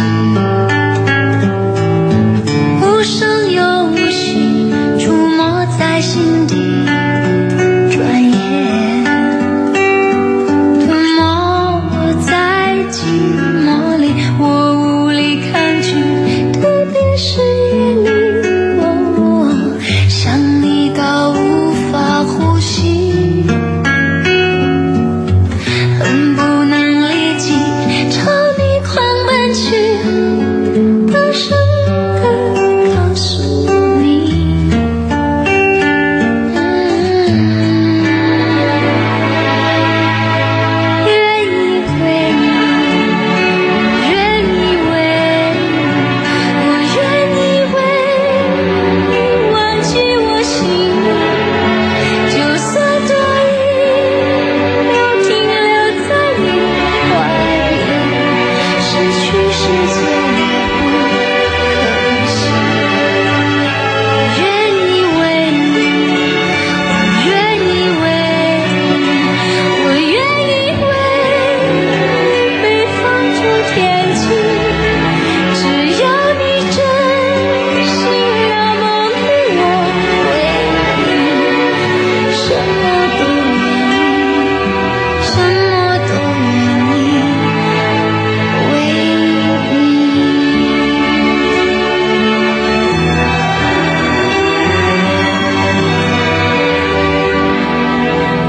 [SPEAKER 2] 么都有，什么都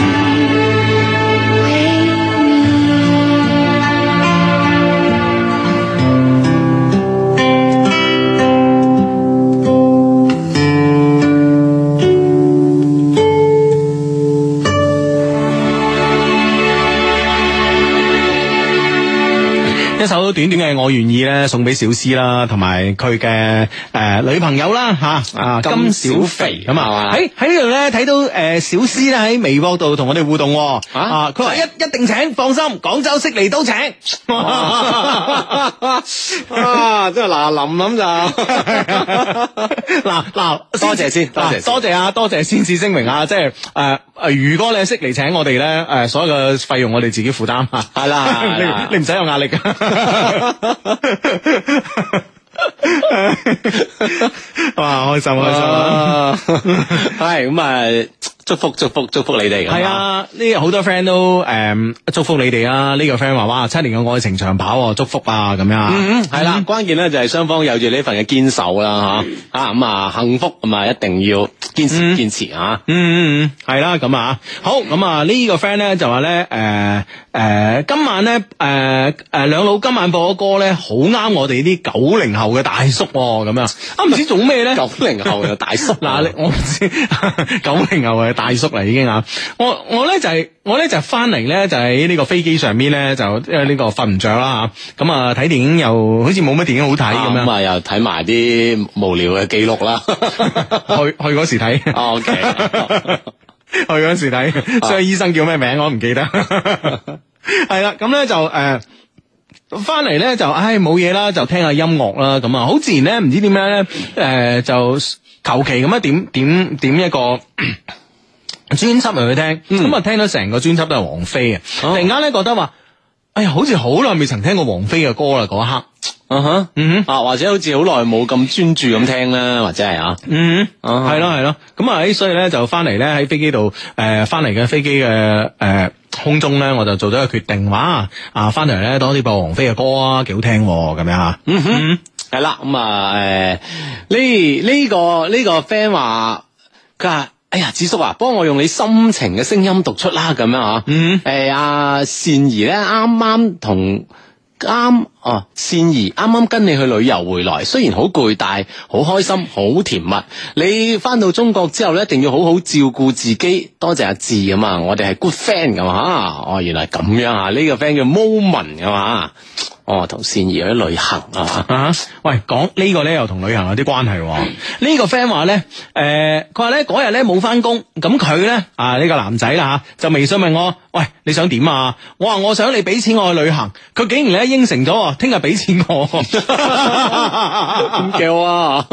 [SPEAKER 2] 有，为你。
[SPEAKER 1] 一首短短嘅我願意咧，送俾小詩啦，同埋佢嘅誒女朋友啦吓啊
[SPEAKER 3] 金
[SPEAKER 1] 金
[SPEAKER 3] 小
[SPEAKER 1] 小
[SPEAKER 3] 肥
[SPEAKER 1] 肥咁啊！喺
[SPEAKER 3] 係
[SPEAKER 1] 喺呢度咧睇到誒小詩咧喺微博度同我哋互動喎
[SPEAKER 3] 啊
[SPEAKER 1] 啊！佢話一一定請，放心，廣州悉尼都 請。
[SPEAKER 3] 啊，真系嗱臨諗就，
[SPEAKER 1] 嗱嗱，
[SPEAKER 3] 多謝先多謝
[SPEAKER 1] 嗱
[SPEAKER 3] 先
[SPEAKER 1] 多謝啊，多謝先至聲明啊，即係誒誒，如果你喺悉尼請我哋咧，誒所有嘅費用我哋自己負擔啊。
[SPEAKER 3] 係啦係啦
[SPEAKER 1] 你你唔使有 壓力噶。哇！開心開心啊！
[SPEAKER 3] 係咁啊，祝福祝福祝福你哋，
[SPEAKER 1] 系，啊，呢好多 friend 都诶、誒祝福你哋啊！呢、個 friend 話：哇，七年嘅愛情長跑喎，祝福啊咁樣啊。
[SPEAKER 3] 嗯，係啦，關鍵咧就係雙方有住呢份嘅堅守啦吓，啊咁啊幸福咁啊一定要堅持堅持啊，
[SPEAKER 1] 嗯嗯嗯，系啦，咁啊，好，咁啊呢個 friend 咧就話咧，诶、诶、今晚咧，诶、诶，兩老今晚播嘅歌咧，好啱我哋啲九零後嘅大叔喎咁、樣啊，唔知做咩 咧？
[SPEAKER 3] 九零後又大叔
[SPEAKER 1] 嗱，你我唔知九零後嘅大叔啦，已經啊！我我咧就係、我咧就翻嚟咧就喺呢個飛機上面咧就因為呢個瞓唔着啦嚇，咁啊睇電影又好似冇乜電影好睇咁
[SPEAKER 3] 咁
[SPEAKER 1] 樣，
[SPEAKER 3] 啊又睇埋啲無聊嘅記錄啦 哦
[SPEAKER 1] 去去嗰時睇。
[SPEAKER 3] ，OK，
[SPEAKER 1] 去嗰陣時睇，所以醫生叫咩名我唔記得。 係啦，咁咧就誒。呃翻嚟咧就唉冇嘢啦，就聽下音樂啦，咁啊好自然咧，唔知點樣咧，誒、就求其咁樣啊點點點一個 專輯嚟去聽，咁啊、聽到成個專輯都係王菲嘅，啊突然間咧覺得話，哎呀好似好耐未曾聽過王菲嘅歌啦嗰一刻，
[SPEAKER 3] 啊哈，
[SPEAKER 1] 嗯
[SPEAKER 3] 啊或者好似好耐冇咁專注咁聽啦，或者係啊。
[SPEAKER 1] 嗯，
[SPEAKER 3] 啊
[SPEAKER 1] 係咯係咯，咁啊，誒所以咧就翻嚟咧喺飛機度，誒翻嚟嘅飛機嘅誒空中咧，我就做咗一個決定，哇！啊，翻嚟咧多啲播王菲嘅歌啊，幾好聽喎咁樣啊嚇。
[SPEAKER 3] 嗯哼，系啦，咁啊，诶，呢呢個呢個 friend 話，佢話：哎呀，子叔啊，幫我用你心情嘅聲音讀出啦，咁樣啊，
[SPEAKER 1] 嗯，
[SPEAKER 3] 诶，阿善怡咧，啱啱同。啱哦，善怡啱啱跟你去旅遊回來，雖然好攰，但係好開心，好甜蜜。你翻到中國之後咧，一定要好好照顧自己。多謝阿志咁啊，我哋係 good friend 咁啊。哦，原來咁樣啊，呢、個 friend 叫 Moment 咁啊。哦，同善怡去旅行啊。
[SPEAKER 1] 啊！喂，講呢個咧又同旅行有啲關係喎。呢個 friend 話咧，誒佢話咧嗰日咧冇翻工，咁佢咧啊呢個男仔啦嚇，就微信問我：喂，你想點啊？我話我想你俾錢我去旅行，佢竟然咧應承咗喎，聽日俾錢我。
[SPEAKER 3] 咁叫啊！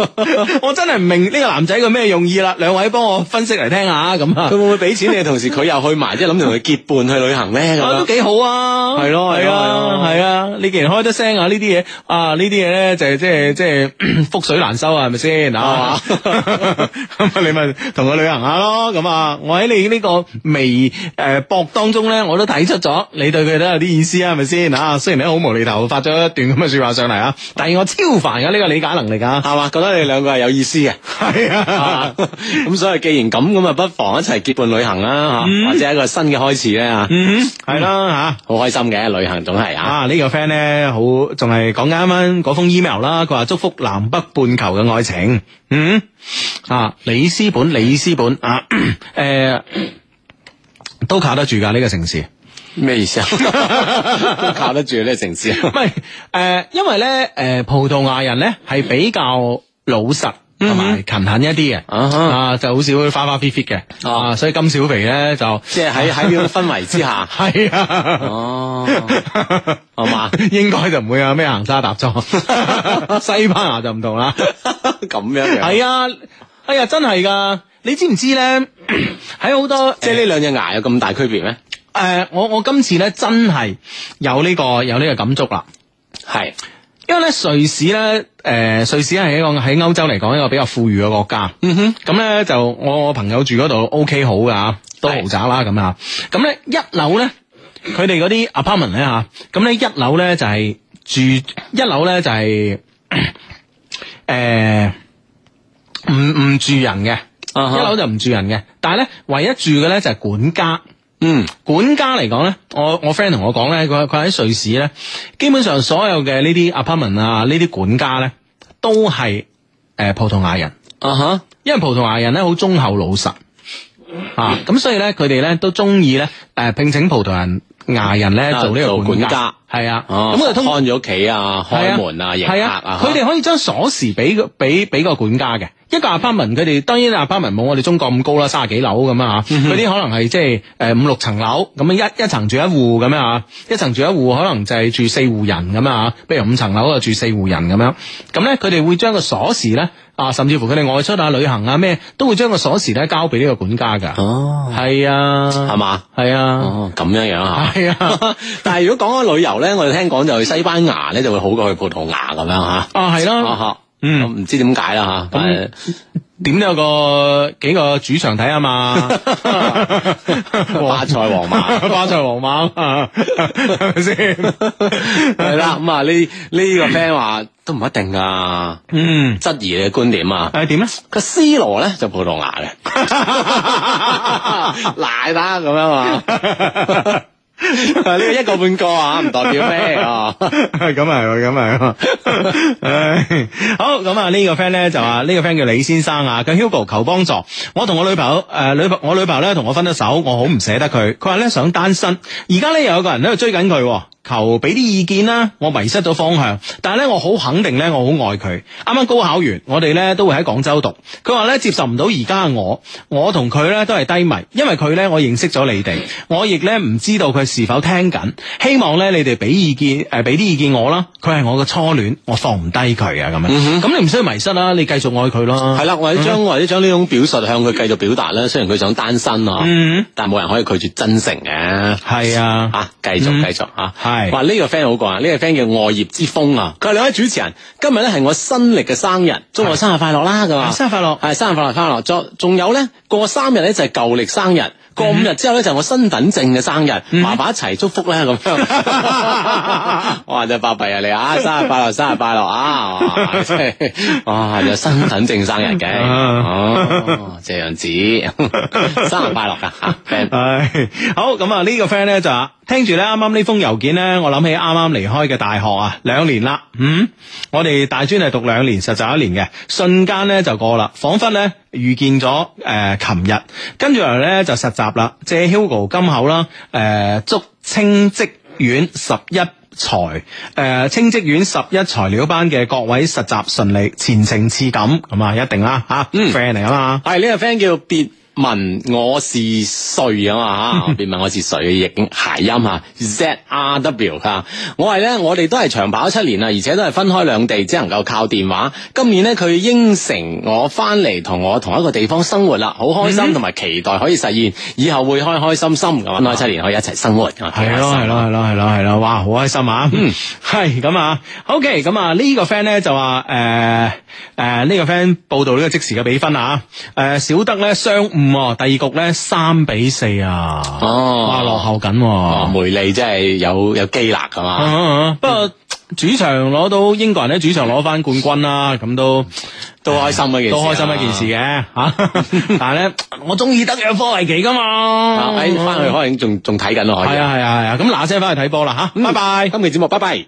[SPEAKER 1] 我真係唔明呢個男仔嘅咩用意啦，兩位幫我分析嚟聽下咁
[SPEAKER 3] 佢
[SPEAKER 1] 啊
[SPEAKER 3] 會，唔會俾錢你？同時佢又去埋，即係諗住同佢結伴去旅行咧咁
[SPEAKER 1] 啊都
[SPEAKER 3] 樣。
[SPEAKER 1] 幾好啊，
[SPEAKER 3] 係咯係
[SPEAKER 1] 係
[SPEAKER 3] 咯
[SPEAKER 1] 啊，
[SPEAKER 3] 係
[SPEAKER 1] 係啊，你既然開得聲啊，呢啲嘢啊，呢啲嘢咧就係即係 即係覆水難收啊，係咪先啊？ 咁啊，你咪同佢旅行下咯，咁啊，我喺你呢個微誒博當中咧，我都睇出咗你對佢都有啲意思啊，係咪先啊？雖然你好無厘頭發咗一段咁嘅説話上嚟啊，但係我超凡嘅呢個理解能力啊，
[SPEAKER 3] 係嘛？覺得你兩個係有意思嘅，
[SPEAKER 1] 係
[SPEAKER 3] 啊 咁所以既然咁咁啊，不妨一齊結伴旅行啦嚇，或者一個新嘅開始咧嚇，
[SPEAKER 1] 嗯，係啦嚇。
[SPEAKER 3] 好開心嘅旅行總係啊。
[SPEAKER 1] 啊！呢、個 friend 咧好，仲係講啱啱嗰封 email 啦。佢話祝福南北半球嘅愛情。嗯啊，里斯本，里斯本啊， 誒、都靠得住㗎呢、個城市。
[SPEAKER 3] 咩意思啊？都 靠得住呢個城 市
[SPEAKER 1] 唔係誒，因為咧誒、葡萄牙人咧係比較老實。同埋勤懇一啲嘅，
[SPEAKER 3] 嗯啊哈
[SPEAKER 1] 啊就好少花花 fit fit 嘅，
[SPEAKER 3] 啊
[SPEAKER 1] 啊所以金小肥咧就，
[SPEAKER 3] 即係喺喺呢種氛圍之下
[SPEAKER 1] 係啊，
[SPEAKER 3] 哦，係嘛？
[SPEAKER 1] 應該就唔會有咩行沙踏錯， 西班牙就唔同啦。
[SPEAKER 3] 咁樣樣
[SPEAKER 1] 系啊，哎呀，真系噶，你知唔知咧？喺好多
[SPEAKER 3] 即係呢兩隻牙有咁大區別咩？
[SPEAKER 1] 诶、呃我我今次咧真係有呢、個有呢個感觸啦。
[SPEAKER 3] 係
[SPEAKER 1] 因為咧瑞士咧，诶、瑞士係一個喺歐洲嚟講一個比較富裕嘅國家。嗯哼，咁咧就我朋友住嗰度 O K 好噶，都豪宅啦咁啊。咁咧一樓咧，佢哋嗰啲 apartment 咧吓，咁咧一樓咧就 係住一樓咧就係、诶、唔唔住人嘅，
[SPEAKER 3] 啊哈
[SPEAKER 1] 一樓就唔住人嘅，但係咧唯一住嘅咧就係管家。
[SPEAKER 3] 嗯，
[SPEAKER 1] 管家嚟講咧，我我 friend 同我講咧，佢佢喺瑞士咧，基本上所有嘅呢啲 apartment 啊，呢啲管家咧，都係誒、呃葡萄牙人，
[SPEAKER 3] 啊哈，
[SPEAKER 1] 因為葡萄牙人咧好忠厚老實啊，
[SPEAKER 3] 嗯
[SPEAKER 1] 咁所以咧佢哋咧都中意咧誒聘請葡萄人牙人咧
[SPEAKER 3] 啊
[SPEAKER 1] 做呢個
[SPEAKER 3] 做
[SPEAKER 1] 管
[SPEAKER 3] 管
[SPEAKER 1] 家
[SPEAKER 3] 家，
[SPEAKER 1] 係啊，
[SPEAKER 3] 哦，
[SPEAKER 1] 咁佢通
[SPEAKER 3] 看咗屋企啊，
[SPEAKER 1] 係
[SPEAKER 3] 開門啊，迎客
[SPEAKER 1] 係
[SPEAKER 3] 啊，
[SPEAKER 1] 佢哋可以將鎖匙俾個俾俾個管家嘅。一個 apartment 佢哋當然 apartment 冇我哋中國咁高啦，三十幾樓咁啊，
[SPEAKER 3] 嗯
[SPEAKER 1] 嗰啲可能係即係誒五六層樓咁樣一一層住一戶咁樣啊，一層住一戶可能就係住四戶人咁啊，比如五層樓就住四戶人咁樣，咁咧佢哋會將個鎖匙咧啊，甚至乎佢哋外出啊、旅行啊咩，都會將個鎖匙咧交俾呢個管家㗎。
[SPEAKER 3] 哦，
[SPEAKER 1] 係
[SPEAKER 3] 係
[SPEAKER 1] 啊，
[SPEAKER 3] 嘛？
[SPEAKER 1] 係啊，
[SPEAKER 3] 哦，咁樣樣吓。
[SPEAKER 1] 係啊，
[SPEAKER 3] 但係如果講開旅遊咧，我哋聽講就去西班牙咧就會好過去葡萄牙咁樣吓。
[SPEAKER 1] 啊係
[SPEAKER 3] 啊
[SPEAKER 1] 啦。嗯
[SPEAKER 3] 哈，咁唔知點解啦吓，但係
[SPEAKER 1] 點都有個幾個主場睇啊嘛，
[SPEAKER 3] 巴塞皇馬
[SPEAKER 1] 巴塞皇馬啊嘛，係咪先？
[SPEAKER 3] 係啦，咁啊呢呢個 friend 話都唔一定啊，
[SPEAKER 1] 嗯，
[SPEAKER 3] 質疑你嘅觀點啊。
[SPEAKER 1] 係點 咧？
[SPEAKER 3] 個 C 羅咧就葡萄牙嘅， 賴啦咁樣啊。 呢個一個半個啊，唔代表咩啊？
[SPEAKER 1] 咁啊，咁啊，唉，好咁啊！呢個 friend 咧就話呢個 friend 叫李先生啊，佢 Hugo 求幫助。我同我女朋友誒女朋我女朋友咧同我分咗手，我好唔捨得佢。佢話咧想單身，而家咧又有個人喺度追緊佢喎，求俾啲意見啦。我迷失咗方向，但係咧我好肯定咧，我好愛佢。啱啱高考完，我哋咧都會喺廣州讀。佢話咧接受唔到而家嘅我，我同佢咧都係低迷，因為佢咧我認識咗你哋，我亦咧唔知道佢是否聽緊。希望咧你哋俾意見，誒俾啲意見我啦。佢係我嘅初戀，我放唔低佢啊咁樣。咁、你唔需要迷失啦，你繼續愛佢咯。
[SPEAKER 3] 嗯係啦，或者
[SPEAKER 1] 嗯
[SPEAKER 3] 將或者將呢種表述向佢繼續表達咧。雖然佢想單身啊，
[SPEAKER 1] 嗯，
[SPEAKER 3] 但冇人可以拒絕真誠嘅。
[SPEAKER 1] 係啊，
[SPEAKER 3] 啊，繼續繼續啊，
[SPEAKER 1] 係
[SPEAKER 3] 哇呢個 friend 好過啊，呢個 friend 叫愛葉之風啊，佢話兩位主持人，今日咧係我新曆嘅生日，祝我生日快樂啦，咁啊，
[SPEAKER 1] 生日快樂
[SPEAKER 3] 係生日快樂，快樂，仲仲有咧過三日咧就係舊曆生日。過五
[SPEAKER 1] 嗯
[SPEAKER 3] 日之後咧就係我身份證嘅生日，麻煩一齊祝福啦咁 樣。哇！真係巴閉啊你啊，生日快樂，生日快樂啊！哇，真係哇，有身份證生日嘅，
[SPEAKER 1] 啊
[SPEAKER 3] 哦，這樣子， 生日快樂啊嚇，friend
[SPEAKER 1] 唉，好咁啊！呢個 friend 咧就話聽住咧，啱啱呢封郵件咧，我諗起啱啱離開嘅大學啊，兩年啦，嗯，我哋大專係讀兩年，實習一年嘅，瞬間咧就過啦，仿佛咧遇見咗誒琴日，跟住嚟咧就實習啦，借 Hugo 金口啦，誒、祝清職院十一。材誒、清職院十一材料班嘅各位實習順利，前程似錦咁啊，一定啦嚇、friend 嚟啊嘛，
[SPEAKER 3] 係呢個 friend 叫別問我是誰 啊嘛嚇，別問我是誰嘅譯諧音嚇，Z R W 嚇。我係咧，我哋都係長跑七年啦，而且都係分開兩地，只能夠靠電話。今年咧，佢應承我翻嚟同我同一個地方生活啦，好開
[SPEAKER 1] 嗯
[SPEAKER 3] 心同埋期待可以實現，以後會開開心心咁分開七年可以一齊生活。啊
[SPEAKER 1] 係咯係咯係咯係咯係咯，哇，好開心啊！嗯，係咁啊，OK，咁啊呢個 friend 咧就話誒誒呢個 friend 報道呢個即時嘅比分啊，誒、小德咧雙五啊，第二局咧三比四啊，
[SPEAKER 3] 哦
[SPEAKER 1] 哇落後緊
[SPEAKER 3] 哦，
[SPEAKER 1] 喎，
[SPEAKER 3] 梅利真係有有機辣㗎
[SPEAKER 1] 啊
[SPEAKER 3] 嘛，
[SPEAKER 1] 啊啊不過主場攞到英國人咧，主場攞翻冠軍啦，咁都
[SPEAKER 3] 都開心一件事啊，
[SPEAKER 1] 都開心一件事嘅 吓，但係咧我中意德約科維奇噶
[SPEAKER 3] 啊。
[SPEAKER 1] 嘛，
[SPEAKER 3] 誒，翻去可能仲仲睇緊咯，可
[SPEAKER 1] 啊
[SPEAKER 3] 以。
[SPEAKER 1] 係啊係啊係啊，咁嗱聲翻去睇波啦吓，拜拜。
[SPEAKER 3] 嗯今期節目，拜拜。